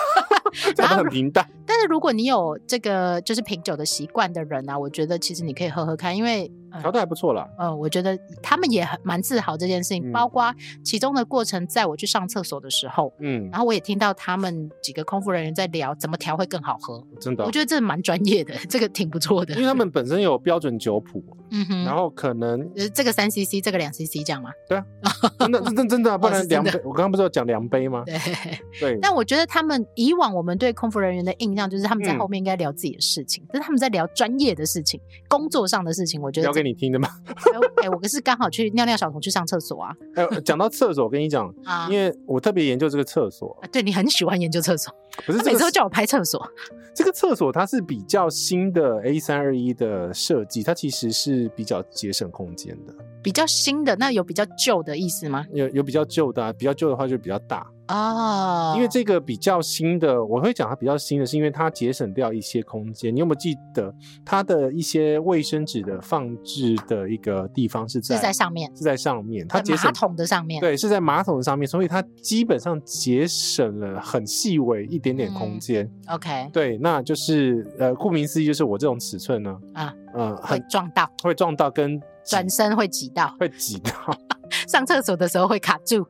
Speaker 3: 讲的
Speaker 4: 嗯然后
Speaker 3: 很平淡。
Speaker 4: 但是如果你有这个就是品酒的习惯的人啊，我觉得其实你可以喝喝看，因为、呃
Speaker 3: 调的还不错啦。
Speaker 4: 呃，我觉得他们也很蛮自豪这件事情，
Speaker 3: 嗯
Speaker 4: 包括其中的过程，在我去上厕所的时候，
Speaker 3: 嗯，
Speaker 4: 然后我也听到他们几个空服人员在聊怎么调会更好喝，
Speaker 3: 真的
Speaker 4: 我，觉得这蛮专业的，这个挺不错的。
Speaker 3: 啊因为他们本身有标准酒谱，
Speaker 4: 嗯哼，
Speaker 3: 然后可能
Speaker 4: 呃这个三 CC，这个两 CC 这样嘛，
Speaker 3: 真的真的真的啊，不
Speaker 4: 哦是
Speaker 3: 然
Speaker 4: 真
Speaker 3: 量
Speaker 4: 的
Speaker 3: 杯，我刚刚不是有讲量杯吗？
Speaker 4: 对。
Speaker 3: 对，
Speaker 4: 但我觉得他们以往我们对空服人员的印象就是他们在
Speaker 3: 嗯
Speaker 4: 后面应该聊自己的事情，但是他们在聊专业的事情、工作上的事情。我觉得
Speaker 3: 聊
Speaker 4: 这
Speaker 3: 给你听的嘛。
Speaker 4: 哎我哎，我可是刚好去尿尿小童去上厕所啊
Speaker 3: 哎，讲到厕所，我跟你讲，
Speaker 4: 啊
Speaker 3: 因！为我特别研究这个厕所，
Speaker 4: 啊对你很喜欢研究厕所，
Speaker 3: 不是
Speaker 4: 他
Speaker 3: 这
Speaker 4: 每次
Speaker 3: 个
Speaker 4: 都叫我拍厕所。
Speaker 3: 这个厕所它是比较新的 A 三二一的设计，它其实是比较节省空间的。
Speaker 4: 比较新的，那有比较旧的意思吗？
Speaker 3: 有有比较旧的、啊，比较旧的话就比较大，
Speaker 4: 哦，
Speaker 3: 因为这个比较新的，我会讲它比较新的，是因为它节省掉一些空间。你有没有记得它的一些卫生纸的放置的一个地方是在
Speaker 4: 哦是在上面，
Speaker 3: 是在上面，它
Speaker 4: 在
Speaker 3: 节省
Speaker 4: 马桶的上面，
Speaker 3: 对是在马桶上面，所以它基本上节省了很细微一点点空
Speaker 4: 嗯
Speaker 3: 间。
Speaker 4: ，OK，
Speaker 3: 对，那就是呃，顾名思义，就是我这种尺寸呢，
Speaker 4: 啊，
Speaker 3: 呃，
Speaker 4: 会
Speaker 3: 很
Speaker 4: 撞到，
Speaker 3: 会撞到跟挤
Speaker 4: 转身会挤到，
Speaker 3: 会挤到，
Speaker 4: 上厕所的时候会卡住，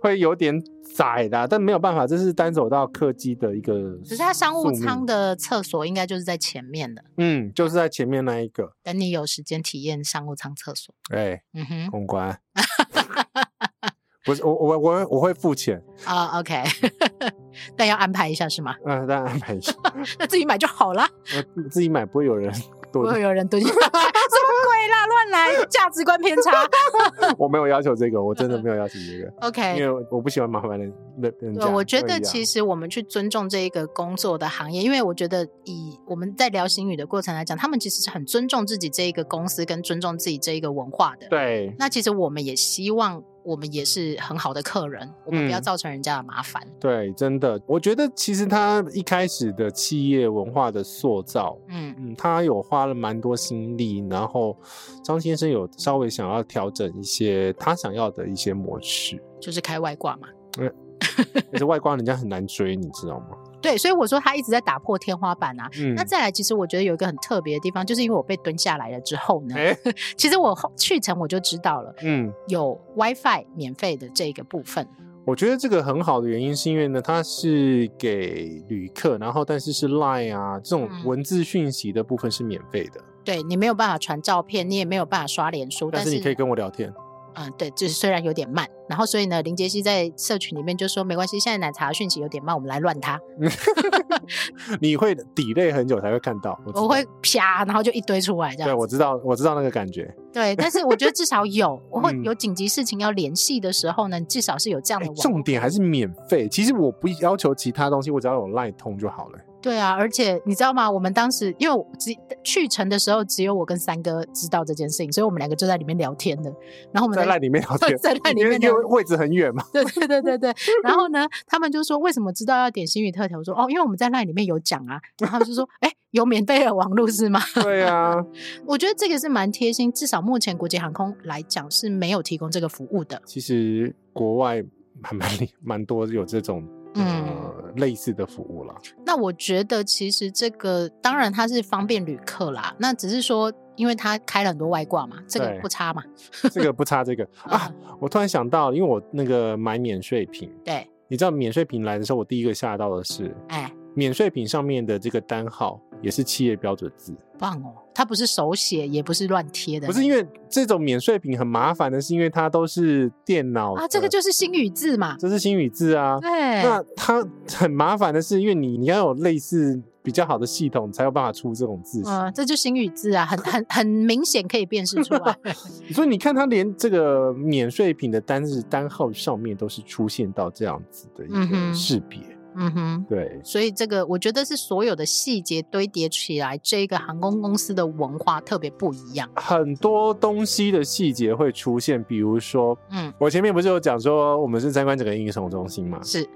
Speaker 3: 会有点窄啦，但没有办法，这是单走道客机的一个。
Speaker 4: 只是它商务舱
Speaker 3: 的，
Speaker 4: 的厕所应该就是在前面的。
Speaker 3: 嗯，就是在前面那一个，
Speaker 4: 等你有时间体验商务舱厕所，
Speaker 3: 哎，
Speaker 4: 嗯哼，
Speaker 3: 公关，不是我我我我会付钱，
Speaker 4: 啊、o k 但要安排一下是吗？
Speaker 3: 嗯、呃，当然安排一下，
Speaker 4: 那自己买就好啦。
Speaker 3: 我自己买不会有人对
Speaker 4: 会有人 蹲下来，什么鬼啦，乱来，价值观偏差。
Speaker 3: 我没有要求这个，我真的没有要求 这个。因
Speaker 4: OK，
Speaker 3: 为我不喜欢麻烦人人人
Speaker 4: 哎对，
Speaker 3: 家。
Speaker 4: 我觉得
Speaker 3: 实
Speaker 4: 其实我们去尊重这一个工作的行业，因为我觉得以我们在聊新语的过程来讲，他们其实是很尊重自己这一个公司跟尊重自己这一个文化的。
Speaker 3: 对
Speaker 4: 那其实我们也希望我们也是很好的客人，我们不要
Speaker 3: 嗯
Speaker 4: 造成人家的麻烦。
Speaker 3: 对，真的，我觉得其实他一开始的企业文化的塑造，
Speaker 4: 嗯
Speaker 3: 嗯，他有花了蛮多心力，然后张先生有稍微想要调整一些他想要的一些模式，
Speaker 4: 就是开外挂嘛。
Speaker 3: 而且外观人家很难追，你知道吗？
Speaker 4: 对，所以我说他一直在打破天花板啊。
Speaker 3: 嗯
Speaker 4: 那再来，其实我觉得有一个很特别的地方，就是因为我被蹲下来了之后呢，
Speaker 3: 哎，
Speaker 4: 其实我后去程我就知道了，
Speaker 3: 嗯，
Speaker 4: 有 WiFi 免费的这个部分。
Speaker 3: 我觉得这个很好的原因是因为呢，它是给旅客，然后但是是 Line 啊这种
Speaker 4: 嗯
Speaker 3: 文字讯息的部分是免费的，
Speaker 4: 对你没有办法传照片，你也没有办法刷脸书，
Speaker 3: 但
Speaker 4: 但
Speaker 3: 是你可以跟我聊天。
Speaker 4: 嗯，对，就是虽然有点慢，然后所以呢，林杰西在社群里面就说没关系，现在奶茶讯息有点慢，我们来乱它。
Speaker 3: 你会 delay 很久才会看到。我知道
Speaker 4: 我会啪，然后就一堆出来这
Speaker 3: 对，
Speaker 4: 样
Speaker 3: 我
Speaker 4: 子。
Speaker 3: 知道，我知道那个感觉。
Speaker 4: 对，但是我觉得至少有，我会
Speaker 3: 嗯
Speaker 4: 有紧急事情要联系的时候呢，至少是有这样
Speaker 3: 哎
Speaker 4: 的，网。
Speaker 3: 重点还是免费。其实我不要求其他东西，我只要有 line 通就好了。
Speaker 4: 对啊，而且你知道吗？我们当时因为我只去程的时候，只有我跟三哥知道这件事情，所以我们两个就在里面聊天的。然后我们
Speaker 3: 在 line 里面聊天，
Speaker 4: 在 line 里面
Speaker 3: 因为因为
Speaker 4: 聊
Speaker 3: 位置很远嘛。
Speaker 4: 对对对 对对。然后呢，他们就说为什么知道要点心语特调？我说哦，因为我们在 line 里面有讲啊。然后他们就说哎，有免费的网络是吗？
Speaker 3: 对啊，
Speaker 4: 我觉得这个是蛮贴心，至少目前国际航空来讲是没有提供这个服务的。
Speaker 3: 其实国外还蛮蛮多有这种呃
Speaker 4: 嗯
Speaker 3: 类似的服务啦。
Speaker 4: 那我觉得其实这个当然它是方便旅客啦，那只是说因为它开了很多外挂嘛，这个
Speaker 3: 对
Speaker 4: 不差嘛。
Speaker 3: 这个不差这个啊，
Speaker 4: 嗯
Speaker 3: 我突然想到，因为我那个买免税品，
Speaker 4: 对，
Speaker 3: 你知道免税品来的时候，我第一个吓到的是
Speaker 4: 哎。
Speaker 3: 免税品上面的这个单号也是企业标准字。
Speaker 4: 棒哦，它不是手写，也不是乱贴的那
Speaker 3: 不
Speaker 4: 种，
Speaker 3: 是因为这种免税品很麻烦的，是因为它都是电脑
Speaker 4: 啊，这个
Speaker 3: 的
Speaker 4: 就是新语字嘛，
Speaker 3: 这是新语字啊。
Speaker 4: 对，
Speaker 3: 那它 很麻烦的是，因为你你要有类似比较好的系统，才有办法出这种字型。
Speaker 4: 嗯，这就新语字啊，很很很明显可以辨识出 来，
Speaker 3: 所以你看，它连这个免税品的单子单号上面都是出现到这样子的一
Speaker 4: 嗯
Speaker 3: 个
Speaker 4: 哼
Speaker 3: 识别。
Speaker 4: 嗯哼。
Speaker 3: 对，
Speaker 4: 所以这个我觉得是所有的细节堆叠起来，这个航空公司的文化特别不一样。
Speaker 3: 很多东西的细节会出现，比如说，
Speaker 4: 嗯，
Speaker 3: 我前面不是有讲说我们是参观整个应酬中心嘛？
Speaker 4: 是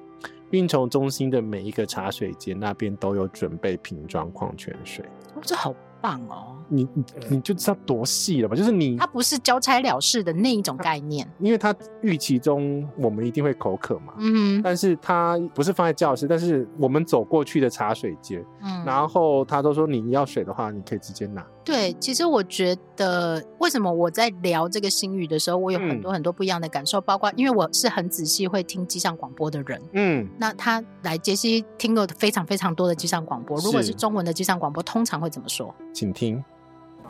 Speaker 3: 运筹中心的每一个茶水间那边都有准备瓶装矿泉水，
Speaker 4: 哦这好棒哦，
Speaker 3: 你你你就知道多细了吧？就是你
Speaker 4: 它，不是交差了事的那一种概念。
Speaker 3: 因为它预期中我们一定会口渴嘛，
Speaker 4: 嗯哼
Speaker 3: 但是它不是放在教室，但是我们走过去的茶水间，
Speaker 4: 嗯，
Speaker 3: 然后他都说你要水的话，你可以直接拿。
Speaker 4: 对，其实我觉得，为什么我在聊这个新语的时候，我有
Speaker 3: 嗯
Speaker 4: 很多很多不一样的感受，包括因为我是很仔细会听机上广播的人。
Speaker 3: 嗯，
Speaker 4: 那他来杰西听过非常非常多的机上广播，如果
Speaker 3: 是
Speaker 4: 是中文的机上广播，通常会怎么说？
Speaker 3: 请听，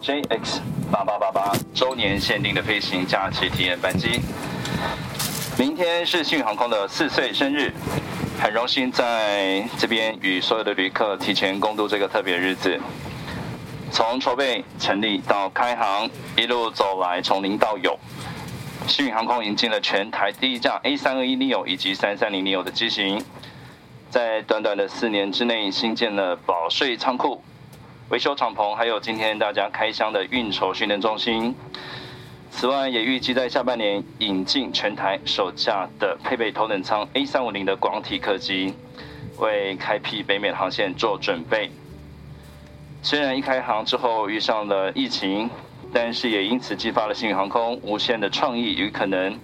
Speaker 2: JX 八八八八周年限定的飞行假期体验班机。明天是幸运航空的四岁生日，很荣幸在这边与所有的旅客提前共度这个特别日子。从筹备成立到开航，一路走来，从零到有。幸运航空引进了全台第一架 A 三二一 neo 以及三三零 neo 的机型，在短短的四年之内，新建了保税仓库、维修敞篷，还有今天大家开箱的运筹训练中心。此外，也预计在下半年引进全台首架的配备头等舱 A 三五零的广体客机，为开辟北美航线做准备。虽然一开航之后遇上了疫情，但是也因此激发了星宇航空无限的创意与可能。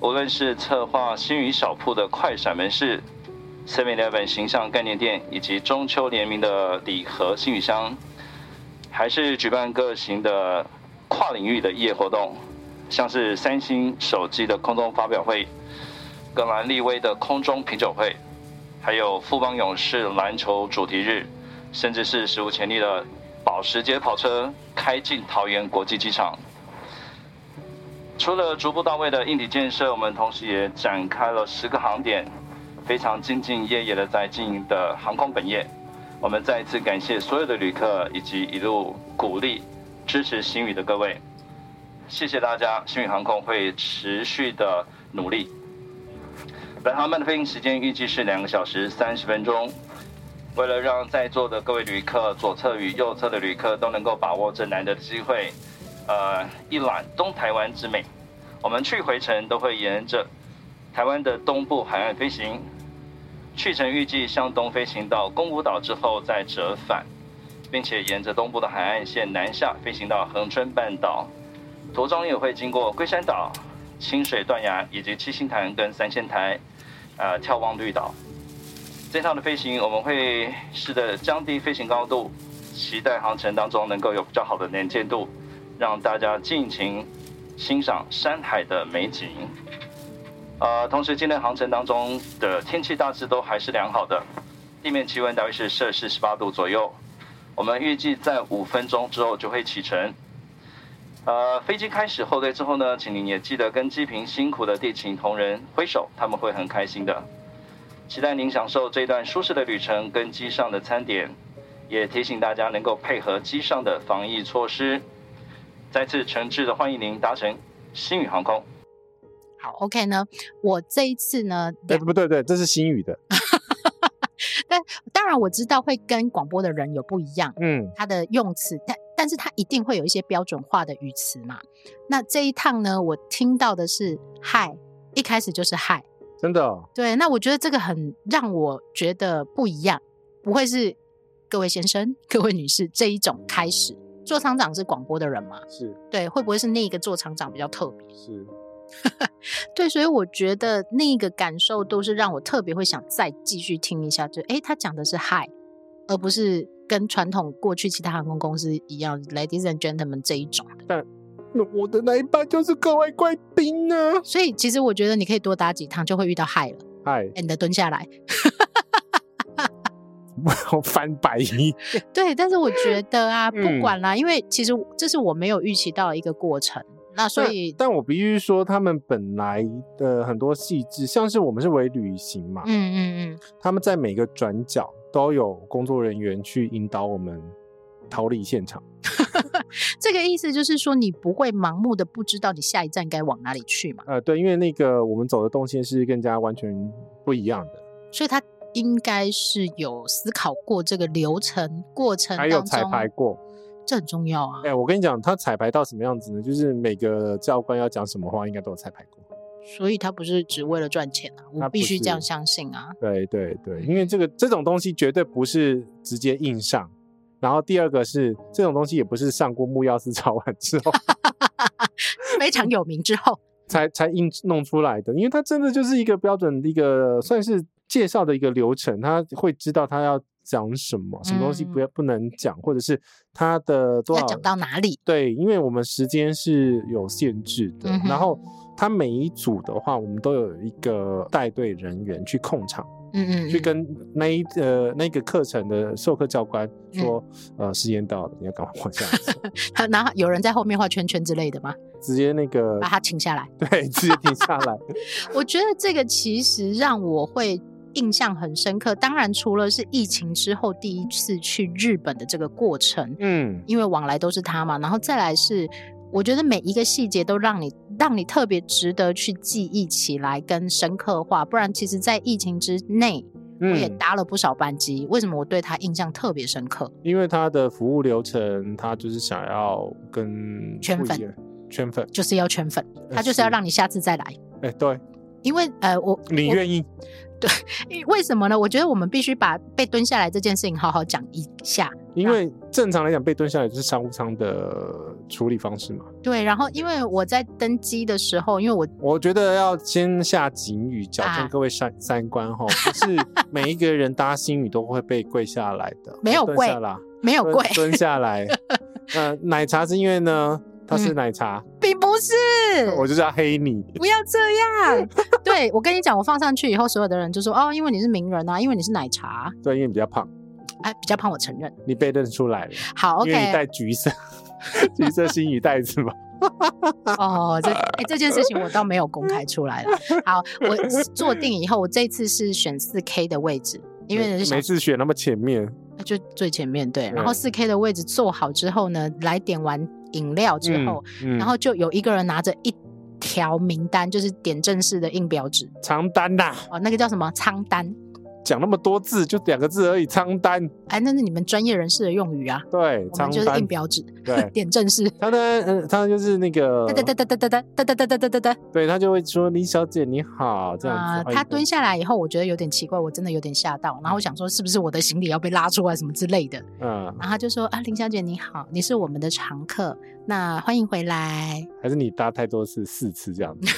Speaker 2: 无论是策划星宇小铺的快闪门市，Seven Eleven 形象概念店以及中秋联名的礼盒信箱，还是举办各型的跨领域的夜活动，像是三星手机的空中发表会、格兰利威的空中品酒会，还有富邦勇士篮球主题日，甚至是史无前例的保时捷跑车开进桃园国际机场。除了逐步到位的硬体建设，我们同时也展开了十个航点，非常兢兢业业的在经营的航空本业。我们再一次感谢所有的旅客以及一路鼓励、支持星宇的各位，谢谢大家！星宇航空会持续的努力。本航班的飞行时间预计是两个小时三十分钟。为了让在座的各位旅客，左侧与右侧的旅客都能够把握这难得的机会，呃，一览东台湾之美，我们去回程都会沿着台湾的东部海岸飞行。去程预计向东飞行到宫古岛之后再折返，并且沿着东部的海岸线南下飞行到恒春半岛，途中也会经过龟山岛、清水断崖以及七星潭跟三仙台，呃，眺望绿岛。这趟的飞行我们会试着降低飞行高度，期待航程当中能够有比较好的能见度，让大家尽情欣赏山海的美景。呃，同时今天航程当中的天气大致都还是良好的，地面气温大约是摄氏十八度左右。我们预计在五分钟之后就会启程。呃，飞机开始后退之后呢，请您也记得跟机坪辛苦的地勤同仁挥手，他们会很开心的。期待您享受这段舒适的旅程跟机上的餐点，也提醒大家能够配合机上的防疫措施。再次诚挚的欢迎您搭乘星宇航空。
Speaker 4: 好，OK 呢，我这一次呢，
Speaker 3: 对哎不对？对，这是新语的，
Speaker 4: 但当然我知道会跟广播的人有不一样，
Speaker 3: 嗯，
Speaker 4: 它的用词，但但是它一定会有一些标准化的语词嘛。那这一趟呢，我听到的是嗨，一开始就是嗨，
Speaker 3: 真的、哦，
Speaker 4: 对，那我觉得这个很让我觉得不一样，不会是各位先生、各位女士这一种开始。做厂长是广播的人嘛？
Speaker 3: 是
Speaker 4: 对，会不会是那一个做厂长比较特别？
Speaker 3: 是，
Speaker 4: 对，所以我觉得那个感受都是让我特别会想再继续听一下，就诶，他讲的是 hi，而不是跟传统过去其他航空公司一样，ladies and gentlemen 这一种的。
Speaker 3: 那我的那一半就是各位贵宾啊呢、
Speaker 4: 所以其实我觉得你可以多打几趟，就会遇到 hi 了。
Speaker 3: 嗨，
Speaker 4: and 蹲下来，
Speaker 3: 我翻白眼，
Speaker 4: 对，但是我 觉得啊，不
Speaker 3: 嗯
Speaker 4: 管啦，因为其实这是我没有预期到的一个过程，那所以
Speaker 3: 但我必须说，他们本来的很多细致，像是我们是为旅行嘛，
Speaker 4: 嗯嗯嗯，
Speaker 3: 他们在每个转角都有工作人员去引导我们逃离现场。
Speaker 4: 这个意思就是说你不会盲目的不知道你下一站该往哪里去嘛，
Speaker 3: 呃，对，因为那个我们走的动线是更加完全不一样的，
Speaker 4: 所以他应该是有思考过这个流程过程
Speaker 3: 还有
Speaker 4: 当中，
Speaker 3: 彩排过。
Speaker 4: 这很重要啊
Speaker 3: 哎、，我跟你讲，他彩排到什么样子呢？就是每个教官要讲什么话，应该都有彩排过。
Speaker 4: 所以他不是只为了赚钱啊，我
Speaker 3: 他
Speaker 4: 必
Speaker 3: 不
Speaker 4: 须这样
Speaker 3: 是
Speaker 4: 相信啊，
Speaker 3: 对对对，因为这个这种东西绝对不是直接印上。然后第二个是这种东西也不是上过木曜四超完之 后
Speaker 4: 非常有名之后，
Speaker 3: 才才印弄出来的，因为它真的就是一个标准的一个算是介绍的一个流程，他会知道他要讲什么，什么东西不要不能讲，或者是他的多
Speaker 4: 嗯要
Speaker 3: 少
Speaker 4: 讲到哪里？
Speaker 3: 对，因为我们时间是有限制的，
Speaker 4: 嗯哼
Speaker 3: 然后他每一组的话，我们都有一个带队人员去控场，
Speaker 4: 嗯嗯，
Speaker 3: 去
Speaker 4: 嗯
Speaker 3: 跟那一呃那个课程的授课教官
Speaker 4: 嗯
Speaker 3: 说，呃，时间到了， 你要赶快往下走
Speaker 4: 他嗯然后有人在后面画圈圈之类的吗？
Speaker 3: 直接那个
Speaker 4: 把他请下来。
Speaker 3: 对，直接停下 来。
Speaker 4: 我觉得这个其实让我会印象很深刻。当然，除了是疫情之后第一次去日本的这个过程，
Speaker 3: 嗯，
Speaker 4: 因为往来都是他嘛，然后再来是。我觉得每一个细节都让你让你特别值得去记忆起来跟深刻化，不然其实，在疫情之内，我也
Speaker 3: 嗯，
Speaker 4: 搭了不少班机。为什么我对他印象特别深刻？
Speaker 3: 因为他的服务流程，他就是想要跟
Speaker 4: 圈
Speaker 3: 不一
Speaker 4: 粉
Speaker 3: 样圈粉，
Speaker 4: 就是要圈粉，
Speaker 3: 呃
Speaker 4: 他就是要
Speaker 3: 是
Speaker 4: 让你下次再来。
Speaker 3: 哎、对
Speaker 4: 因为呃，我
Speaker 3: 你
Speaker 4: 我
Speaker 3: 愿意，
Speaker 4: 为什么呢？我觉得我们必须把被蹲下来这件事情好好讲一下。
Speaker 3: 因为正常来讲被蹲下来就是商务舱的处理方式嘛。
Speaker 4: 对，然后因为我在登机的时候，因为我
Speaker 3: 我觉得要先下警语，矫
Speaker 4: 啊
Speaker 3: 正各位三三观哈，不 是每一个人搭新语都会被跪下来的，哦
Speaker 4: 没有
Speaker 3: 蹲
Speaker 4: 跪
Speaker 3: 下啦，
Speaker 4: 没有
Speaker 3: 蹲
Speaker 4: 跪，
Speaker 3: 蹲下 来。呃，奶茶是因为呢，它是
Speaker 4: 嗯
Speaker 3: 奶茶，
Speaker 4: 并不是，
Speaker 3: 哦我就是要黑你，
Speaker 4: 不要这 样。对我跟你讲，我放上去以后，所有的人就说哦，因为你是名人啊，因为你是奶茶，
Speaker 3: 对，因为你比较胖，
Speaker 4: 哎，比较胖，我承认。
Speaker 3: 你被认出来了，
Speaker 4: 好
Speaker 3: 因为你
Speaker 4: ，OK，
Speaker 3: 戴橘色 橘色新语袋子嘛。
Speaker 4: 哦，这哎、这件事情我倒没有公开出来了。好，我坐定以后，我这次是选四 K 的位置，因为呢是想
Speaker 3: 每次选那么前面，
Speaker 4: 就最前面对。然后
Speaker 3: 嗯
Speaker 4: 四 K 的位置坐好之后呢，来点完饮料之后，
Speaker 3: 嗯
Speaker 4: 然后就有一个人拿着一条名单，就是点正式的印表纸
Speaker 3: 长单呐、
Speaker 4: 哦，那个叫什么仓单？
Speaker 3: 讲那么多字就两个字而已，仓单，
Speaker 4: 哎，那是你们专业人士的用语啊，
Speaker 3: 对，
Speaker 4: 我
Speaker 3: 仓
Speaker 4: 们就是
Speaker 3: 单
Speaker 4: 印，表纸，
Speaker 3: 对
Speaker 4: 点正式。
Speaker 3: 他呢，嗯，他就是那个
Speaker 4: 哒，哒哒哒哒哒哒哒哒哒哒哒哒。
Speaker 3: 对他就会说李小姐你好这样
Speaker 4: 啊、
Speaker 3: 子，哎
Speaker 4: 他蹲下来以后，我觉得有点奇怪，我真的有点吓到。然后我想说，是不是我的行李要被拉出来什么之类的？
Speaker 3: 嗯，
Speaker 4: 然后他就说：“啊，林小姐你好，你是我们的常客，那欢迎回来。
Speaker 3: 还是你搭太多次四次这样子，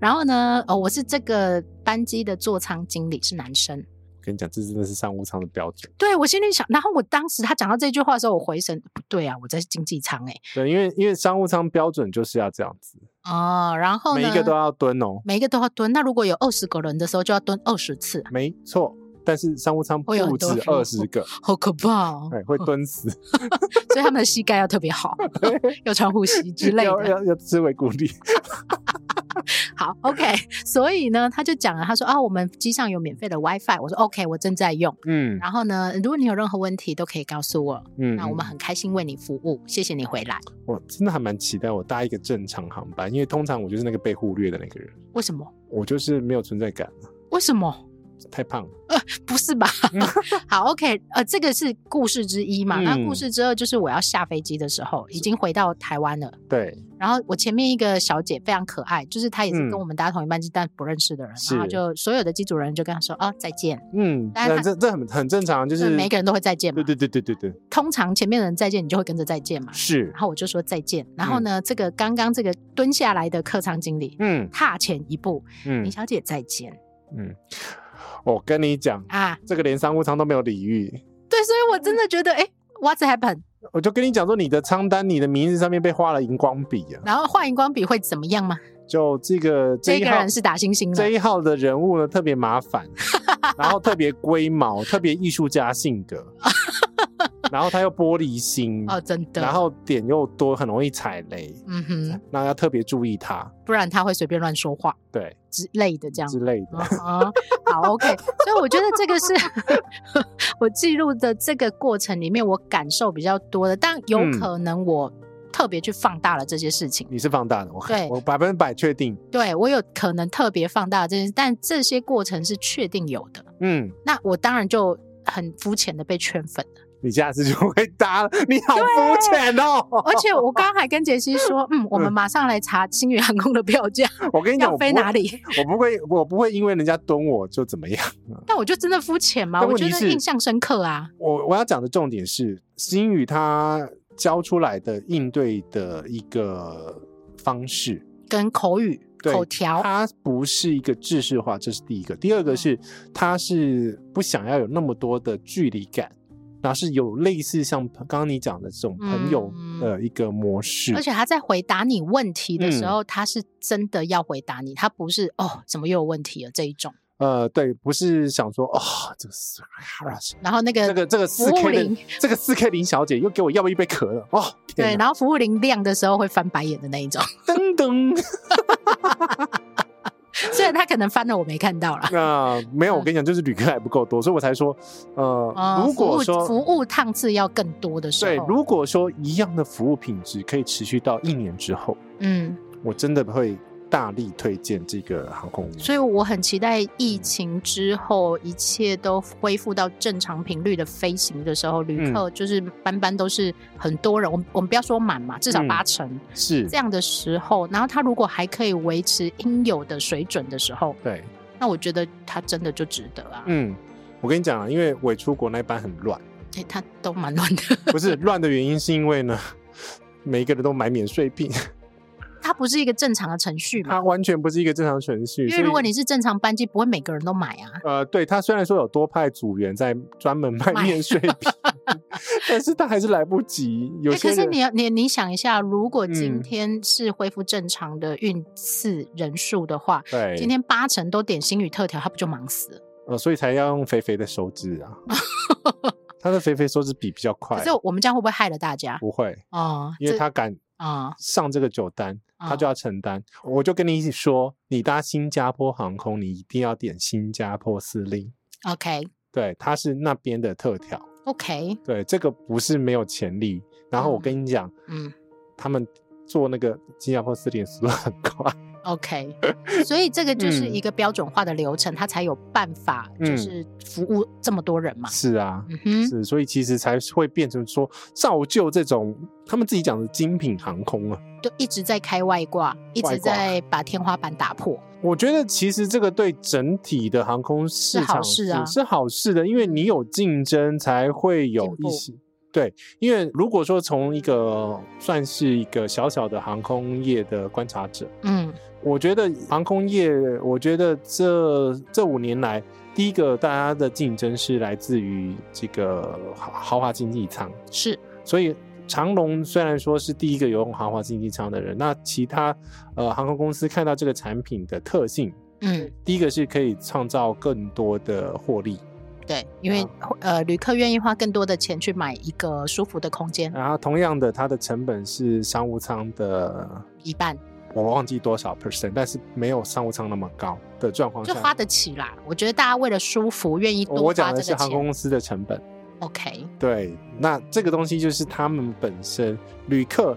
Speaker 4: 然后呢，哦，我是这个班机的座舱经理，是男生。
Speaker 3: 跟你讲，这真的是商务舱的标准。
Speaker 4: 对我心里想，然后我当时他讲到这句话的时候，我回神，不对啊，我在经济舱哎、
Speaker 3: 对，因为因为商务舱标准就是要这样子，
Speaker 4: 哦，然后
Speaker 3: 每
Speaker 4: 呢，
Speaker 3: 一个都要蹲哦，
Speaker 4: 每一个都要蹲。那如果有二十个人的时候，就要蹲二十次，
Speaker 3: 没错。但是商务舱不
Speaker 4: 会有很
Speaker 3: 止
Speaker 4: 多哦
Speaker 3: 二十个，
Speaker 4: 好可怕哦！
Speaker 3: 哎，会蹲死，
Speaker 4: 所以他们的膝盖要特 别好，要穿护膝 之类
Speaker 3: 要
Speaker 4: 的。
Speaker 3: 要要吃维骨 力，
Speaker 4: 好，OK。所 以呢，他就讲了，他说啊，我们机上有免费的 WiFi。我说 OK，我正在用。
Speaker 3: 嗯
Speaker 4: 然后呢，如果你有任何问题都可以告诉我，
Speaker 3: 嗯，
Speaker 4: 那我们很开心为你服务，谢谢你回来。
Speaker 3: 我真的还蛮期待我搭一个正常航班，因为通常我就是那个被忽略的那个人，
Speaker 4: 为什么？
Speaker 3: 我就是没有存在感，
Speaker 4: 为什么？
Speaker 3: 太胖了。
Speaker 4: 不是吧？ 好，OK，呃，这个是故事之一嘛。那故
Speaker 3: 嗯嗯
Speaker 4: 事之二就是我要下飞机的时候，已经回到台湾了。
Speaker 3: 对，
Speaker 4: 然后我前面一个小姐非常可爱，就是她也是
Speaker 3: 嗯
Speaker 4: 跟我们搭同一班机，但不认识的人，然后
Speaker 3: 是
Speaker 4: 就所有的机组人就跟她说：“哦，再见。
Speaker 3: 嗯，
Speaker 4: 但是
Speaker 3: 那
Speaker 4: 他
Speaker 3: 这这很很正常，就
Speaker 4: 对
Speaker 3: 是
Speaker 4: 每个人都会再见嘛
Speaker 3: 对对对对对对，
Speaker 4: 通常前面的人再见，你就会跟着再见嘛。
Speaker 3: 是
Speaker 4: 然，后我就说再见。
Speaker 3: 嗯
Speaker 4: 然后呢，这个刚刚这个蹲下来的客舱经理
Speaker 3: 嗯
Speaker 4: 踏前一步，林
Speaker 3: 嗯
Speaker 4: 小姐再见
Speaker 3: 嗯，我跟你讲，
Speaker 4: 啊！
Speaker 3: 这个连商务舱都没有礼遇，
Speaker 4: 对，所以我真的觉得，哎、w h a t s happen？
Speaker 3: 我就跟你讲说，你的舱单、你的名字上面被画了荧光笔啊，
Speaker 4: 然后画荧光笔会怎么样吗？
Speaker 3: 就这个
Speaker 4: 这
Speaker 3: 这一
Speaker 4: 个
Speaker 3: 号
Speaker 4: 人是打星星
Speaker 3: 这
Speaker 4: 的，
Speaker 3: 一号的人物呢，特别麻 烦，然后特别龟毛，特别艺术家性 格，然后他又玻璃心，
Speaker 4: 哦，真
Speaker 3: 嗯
Speaker 4: 的。
Speaker 3: 然后点又多，很容易踩雷，
Speaker 4: 嗯哼，
Speaker 3: 那要特别注意他，
Speaker 4: 不然他会随便乱说话
Speaker 3: 对
Speaker 4: 之类的，这样
Speaker 3: 之类的。
Speaker 4: 啊，好，OK。所以我觉得这个是 我记录的这个过程里面，我感受比较多的，但有
Speaker 3: 嗯
Speaker 4: 可能我特别去放大了这些事情。
Speaker 3: 你是放大的，我
Speaker 4: 对
Speaker 3: 我百分百确定，
Speaker 4: 对我有可能特别放大这件事，但这些过程是确定有的。
Speaker 3: 嗯。
Speaker 4: 那我当然就很肤浅的被圈粉了，
Speaker 3: 你下次就会搭了，你好肤浅哦！
Speaker 4: 而且我刚刚还跟杰西 说，嗯，我们马上来查星宇航空的票价
Speaker 3: 我跟你讲，
Speaker 4: 要
Speaker 3: 我不
Speaker 4: 飞
Speaker 3: 会
Speaker 4: 哪？里。
Speaker 3: 我不会，我不会因为人家蹲我就怎么样。
Speaker 4: 但我就真的肤浅嘛，
Speaker 3: 但
Speaker 4: 我
Speaker 3: 问
Speaker 4: 觉
Speaker 3: 题
Speaker 4: 得
Speaker 3: 是
Speaker 4: 印象深刻啊。
Speaker 3: 我我要讲的重点是，新宇他教出来的应对的一个方式，
Speaker 4: 跟口语、
Speaker 3: 对
Speaker 4: 口条，
Speaker 3: 它不是一个制式化，这是第一个。第
Speaker 4: 嗯
Speaker 3: 二个是，他是不想要有那么多的距离感，然后是有类似像刚刚你讲的这种朋友
Speaker 4: 嗯
Speaker 3: 的一个模式。
Speaker 4: 而且他在回答你问题的
Speaker 3: 嗯
Speaker 4: 时候，他是真的要回答你，他不是哦，怎么又有问题了这一种。
Speaker 3: 呃，对，不是想说哦，这个是
Speaker 4: 然后那个
Speaker 3: 这个这个
Speaker 4: 呃服
Speaker 3: 四
Speaker 4: 务
Speaker 3: K
Speaker 4: 铃
Speaker 3: 的，这个四 K 林小姐又给我要一杯可乐哦，
Speaker 4: 对，
Speaker 3: 天哪
Speaker 4: 然后服务铃亮的时候会翻白眼的那一种，
Speaker 3: 噔 噔
Speaker 4: 虽然他可能翻了我没看到啦。
Speaker 3: 啊、没有，我跟你讲，就是旅客还不够多，所以我才说，呃，
Speaker 4: 哦
Speaker 3: 如
Speaker 4: 服务
Speaker 3: 果说
Speaker 4: 服务趟次要更多的时
Speaker 3: 对，
Speaker 4: 候，
Speaker 3: 如果说一样的服务品质可以持续到一年之后，
Speaker 4: 嗯，
Speaker 3: 我真的会大力推荐这个航空公司。
Speaker 4: 所以我很期待疫
Speaker 3: 嗯
Speaker 4: 情之后一切都恢复到正常频率的飞行的时候，旅
Speaker 3: 嗯
Speaker 4: 客就是班班都是很多人，我们我们不要说满嘛，至少
Speaker 3: 嗯
Speaker 4: 八成、
Speaker 3: 是
Speaker 4: 这，样的时候，然后他如果还可以维持应有的水准的时候，
Speaker 3: 对，
Speaker 4: 那我觉得他真的就值得啊。
Speaker 3: 嗯，我跟你讲啊，因为我出国那一班很乱，
Speaker 4: 诶他都蛮乱的，
Speaker 3: 不是乱的原因是因为呢，每一个人都买免税 品，
Speaker 4: 他不是一个正常的程序嘛
Speaker 3: 它？完全不是一个正常程序。
Speaker 4: 因
Speaker 3: 所
Speaker 4: 为
Speaker 3: 以
Speaker 4: 如果你是正常班机，不会每个人都买啊。
Speaker 3: 呃，对他虽然说有多派组员在专门卖
Speaker 4: 卖
Speaker 3: 面税品， 但是他还是来不及。有
Speaker 4: 诶
Speaker 3: 些
Speaker 4: 哎可
Speaker 3: 人、
Speaker 4: 是你要你你想一下，如果今
Speaker 3: 嗯
Speaker 4: 天是恢复正常的运次人数的话，
Speaker 3: 对
Speaker 4: 今天八成都点星宇特调，他不就忙死了？
Speaker 3: 呃，所以才要用肥肥的手指 啊，他的肥肥手指比比较快
Speaker 4: 可是，我们这样会不会害了大家？
Speaker 3: 不会，
Speaker 4: 哦，
Speaker 3: 因为
Speaker 4: 这
Speaker 3: 他敢
Speaker 4: 啊
Speaker 3: 上这个酒单，他
Speaker 4: 啊
Speaker 3: 就要承担。我就跟你一起说，你搭新加坡航空，你一定要点新加坡司令，
Speaker 4: ，OK，嗯
Speaker 3: 对，它是那边的特调。
Speaker 4: OK，
Speaker 3: 对，这个不是没有潜力。然后我
Speaker 4: 嗯
Speaker 3: 跟你讲，
Speaker 4: 嗯
Speaker 3: 他们做那个新加坡四点速度很快，
Speaker 4: ，OK，所以这个就是
Speaker 3: 嗯
Speaker 4: 一个标准化的流程，它才有办法就是服务这么多人嘛。
Speaker 3: 是啊。
Speaker 4: 嗯哼，
Speaker 3: 是，所以其实才会变成说造就这种他们自己讲的精品航空啊。
Speaker 4: 就一直在开外挂，一
Speaker 3: 外
Speaker 4: 直
Speaker 3: 挂
Speaker 4: 在把天花板打破。
Speaker 3: 我觉得其实这个对整体的航空市
Speaker 4: 是好
Speaker 3: 场
Speaker 4: 事啊嗯
Speaker 3: 是好事的，因为你有竞争才会有
Speaker 4: 进
Speaker 3: 一
Speaker 4: 步
Speaker 3: 些。对，因为如果说从一个算是一个小小的航空业的观察者，
Speaker 4: 嗯
Speaker 3: 我觉得航空业，我觉得这这五年来，第一个大家的竞争是来自于这个豪豪华经济舱，
Speaker 4: 是，
Speaker 3: 所以长龙虽然说是第一个有用豪华经济舱的人，那其他呃航空公司看到这个产品的特性，
Speaker 4: 嗯，
Speaker 3: 第一个是可以创造更多的获利，
Speaker 4: 对，因为
Speaker 3: 嗯
Speaker 4: 呃，旅客愿意花更多的钱去买一个舒服的空间，
Speaker 3: 然后同样的，它的成本是商务舱的。
Speaker 4: 一半
Speaker 3: 我忘记多少 percent，但是没有商务舱那么高的状况
Speaker 4: 就
Speaker 3: 下，
Speaker 4: 花得起啦。我觉得大家为了舒服，愿意多
Speaker 3: 我
Speaker 4: 花
Speaker 3: 讲
Speaker 4: 这
Speaker 3: 的
Speaker 4: 个
Speaker 3: 是航
Speaker 4: 钱。
Speaker 3: 空公司的成本。
Speaker 4: OK，
Speaker 3: 对，那这个东西就是他们本身旅客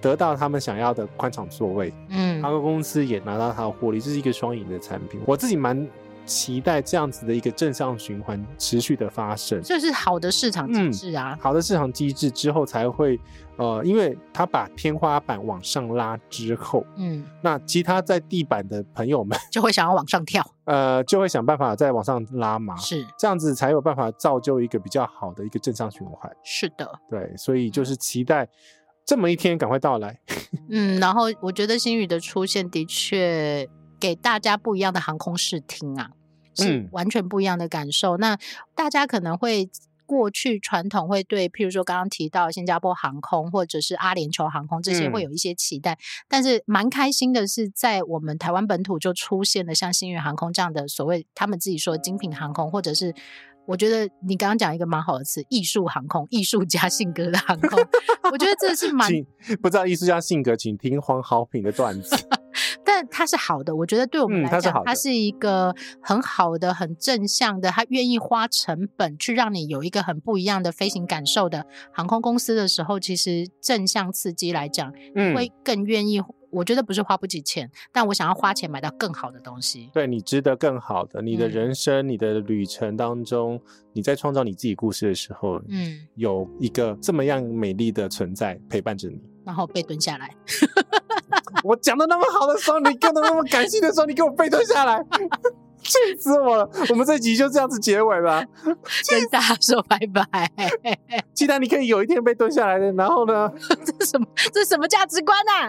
Speaker 3: 得到他们想要的宽敞座位，
Speaker 4: 嗯
Speaker 3: 航空公司也拿到它的获利，这是一个双赢的产品。我自己蛮期待这样子的一个正向循环持续的发生。
Speaker 4: 这是好的市场机
Speaker 3: 嗯
Speaker 4: 制啊。
Speaker 3: 好的市场机制之后才会，呃，因为它把天花板往上拉之后，
Speaker 4: 嗯，
Speaker 3: 那其他在地板的朋友们，
Speaker 4: 就会想要往上跳。
Speaker 3: 呃，就会想办法再往上拉嘛，
Speaker 4: 是
Speaker 3: 这样子才有办法造就一个比较好的一个正向循环。
Speaker 4: 是的，
Speaker 3: 对，所以就是期待这么一天赶快到来。
Speaker 4: 嗯，然后我觉得星宇的出现的确给大家不一样的航空视听啊，是
Speaker 3: 嗯
Speaker 4: 完全不一样的感受。那大家可能会。过去传统会对，譬如说刚刚提到新加坡航空或者是阿联酋航空这些会
Speaker 3: 嗯
Speaker 4: 有一些期待，但是蛮开心的是，在我们台湾本土就出现了像星宇航空这样的所谓他们自己说精品航空，或者是我觉得你刚刚讲一个蛮好的词，艺术航空，艺术家性格的航空，我觉得这是蛮
Speaker 3: 请不知道艺术家性格，请听黄好品的段子。
Speaker 4: 但它是好的，我觉得对我们
Speaker 3: 嗯
Speaker 4: 来
Speaker 3: 它是
Speaker 4: 讲，
Speaker 3: 好
Speaker 4: 它
Speaker 3: 的
Speaker 4: 是一个很好的、很正向的，它愿意花成本去让你有一个很不一样的飞行感受的航空公司的时候，其实正向刺激来讲，
Speaker 3: 嗯，
Speaker 4: 会更愿意。我觉得不是花不起钱，但我想要花钱买到更好的东西。
Speaker 3: 对你值得更好的，你的
Speaker 4: 嗯
Speaker 3: 人生、你的旅程当中，你在创造你自己故事的时候，
Speaker 4: 嗯，
Speaker 3: 有一个这么样美丽的存在陪伴着你。
Speaker 4: 然后被蹲下来，
Speaker 3: 我讲的那么好的时候，你跟的那么感性的时候，你给我背对下来， 气死我了！我们这集就这样子结尾吧。
Speaker 4: 跟大家说拜拜。
Speaker 3: 期待你可以有一天被蹲下来的，然后呢，
Speaker 4: 这什么？这什么价值观啊？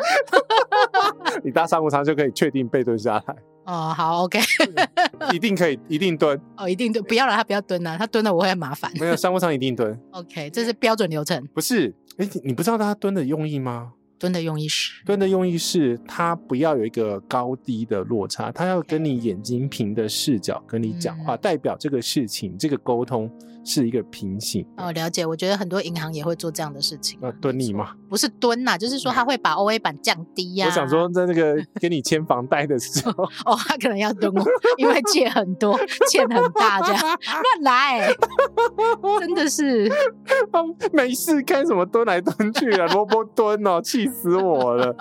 Speaker 3: 你搭商务舱就可以确定被蹲下
Speaker 4: 哦，好，OK，
Speaker 3: 来，一定可以，一定蹲，
Speaker 4: 哦，一定蹲，不要了，他不要蹲啊，他蹲了我会很麻烦。
Speaker 3: 没有商务舱一定蹲。
Speaker 4: OK，这是标准流程，
Speaker 3: 不是，哎，你不知道他蹲的用意吗？
Speaker 4: 蹲的用意是。
Speaker 3: 蹲的用意是他不要有一个高低的落差，他要跟你眼睛平的视角跟你讲话，
Speaker 4: 嗯
Speaker 3: 代表这个事情这个沟通是一个平行。
Speaker 4: 哦，了解。我觉得很多银行也会做这样的事情啊。
Speaker 3: 呃，蹲
Speaker 4: 没
Speaker 3: 你
Speaker 4: 错？
Speaker 3: 嘛，
Speaker 4: 不是蹲呐、就是说他会把 O A 板降低呀、
Speaker 3: 我想，说，在那个跟你签房贷的时 候，
Speaker 4: 哦，他可能要蹲我，因为借很多，欠很大，这样乱 来，真的是。
Speaker 3: 没事干什么蹲来蹲去啊，萝卜蹲哦，气死我 了，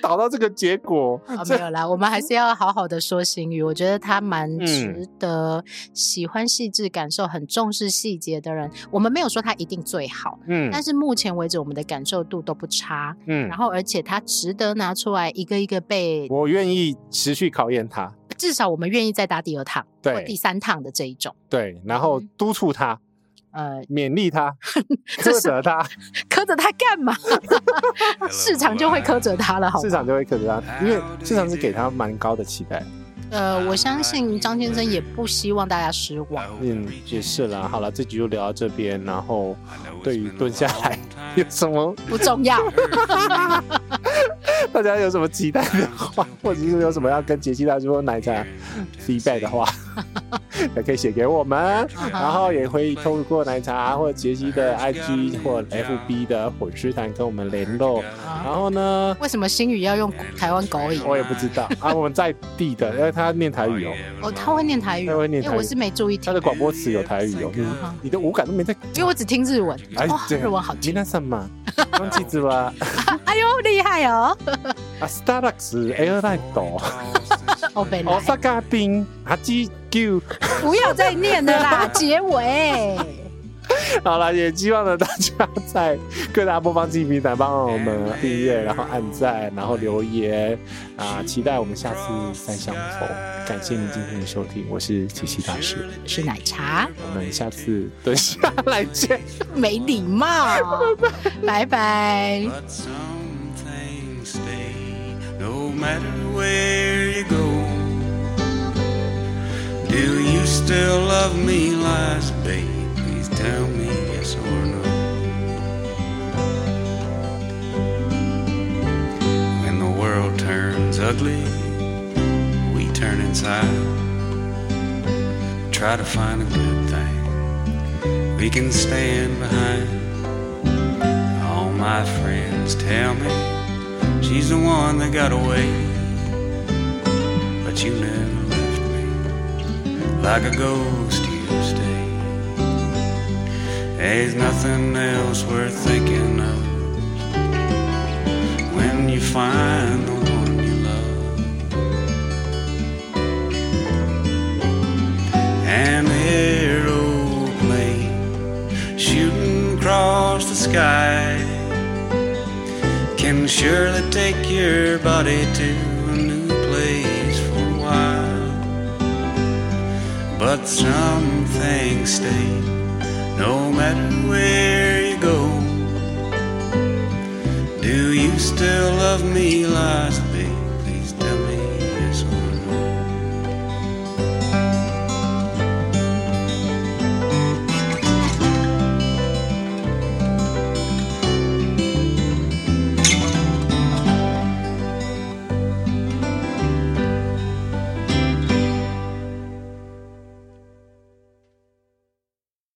Speaker 3: 导到这个结果，
Speaker 4: 哦，没
Speaker 3: 这
Speaker 4: 有啦，我们还是要好好的说星宇，我觉得他蛮
Speaker 3: 嗯
Speaker 4: 值得喜欢细致感受、很重视细节的人。我们没有说他一定最好，
Speaker 3: 嗯
Speaker 4: 但是目前为止我们的感受度都不差，
Speaker 3: 嗯
Speaker 4: 然，后而且他值得拿出来一个一个被，
Speaker 3: 我愿意持续考验他，
Speaker 4: 至少我们愿意再打第二趟。或第
Speaker 3: 对
Speaker 4: 三趟的这一种。
Speaker 3: 对，然后
Speaker 4: 嗯
Speaker 3: 督促他，
Speaker 4: 呃，
Speaker 3: 勉励他，
Speaker 4: 这
Speaker 3: 苛
Speaker 4: 是
Speaker 3: 责他。
Speaker 4: 苛责他干 嘛？ 市场就会苛责他了，好
Speaker 3: 市
Speaker 4: 吗？
Speaker 3: 场就会克制他，因为市场是给他蛮高的期待。
Speaker 4: 呃，我相信张先生也不希望大家失 望。
Speaker 3: 嗯，也是啦。好了，这集就聊到这 边，然后对于蹲下来有什么
Speaker 4: 不重要，
Speaker 3: 大家有什么期待的话，或者是有什么要跟杰西大叔或奶茶 feedback 的话，也可以写给我们。然后也可以透过奶茶或杰西的 IG 或 FB 的火炬坛跟我们联络。然后呢，
Speaker 4: 为什么新宇要用台湾狗语？
Speaker 3: 我也不知道啊，我们在地的，因为他念台语哦，
Speaker 4: 哦，他会念台语，
Speaker 3: 他会念
Speaker 4: 因
Speaker 3: 台语
Speaker 4: 为我是没注意
Speaker 3: 他
Speaker 4: 听
Speaker 3: 的，广播词有台语哦，你你的五感都没在。
Speaker 4: 因为我只听日文。
Speaker 3: 哎
Speaker 4: 哇，日文哦好听，
Speaker 3: 皆さんま、こんにちは。
Speaker 4: 哎呦，厉害哦！
Speaker 3: アスタラックスエアライト、
Speaker 4: 哦，本
Speaker 3: 大
Speaker 4: 来
Speaker 3: 阪便八九。
Speaker 4: 不要再念了 啦，结尾。
Speaker 3: 好了，也希望呢大家在各大播放器平台帮我们订阅，然后按赞，然后留言啊！期待我们下次再相逢。感谢您今天的收听，我是琪琪大师，
Speaker 4: 我是奶茶，
Speaker 3: 我们下次蹲下来见。
Speaker 4: 没 礼貌，拜拜。
Speaker 6: But some things stay no matter where you go. Do you still love me, lies, babe? Please tell me yes or no. When the world turns ugly, we turn inside. Try to find a good thing we can stand behind. All my friends tell me she's the one that got away. But you never left me. Like a ghost, you stay. There's nothing else worth thinking of. When you find the one you love. An aeroplane shooting across the sky can surely take your body to a new place for a while. But some things stay no matter where you go. Do you still love me, lies,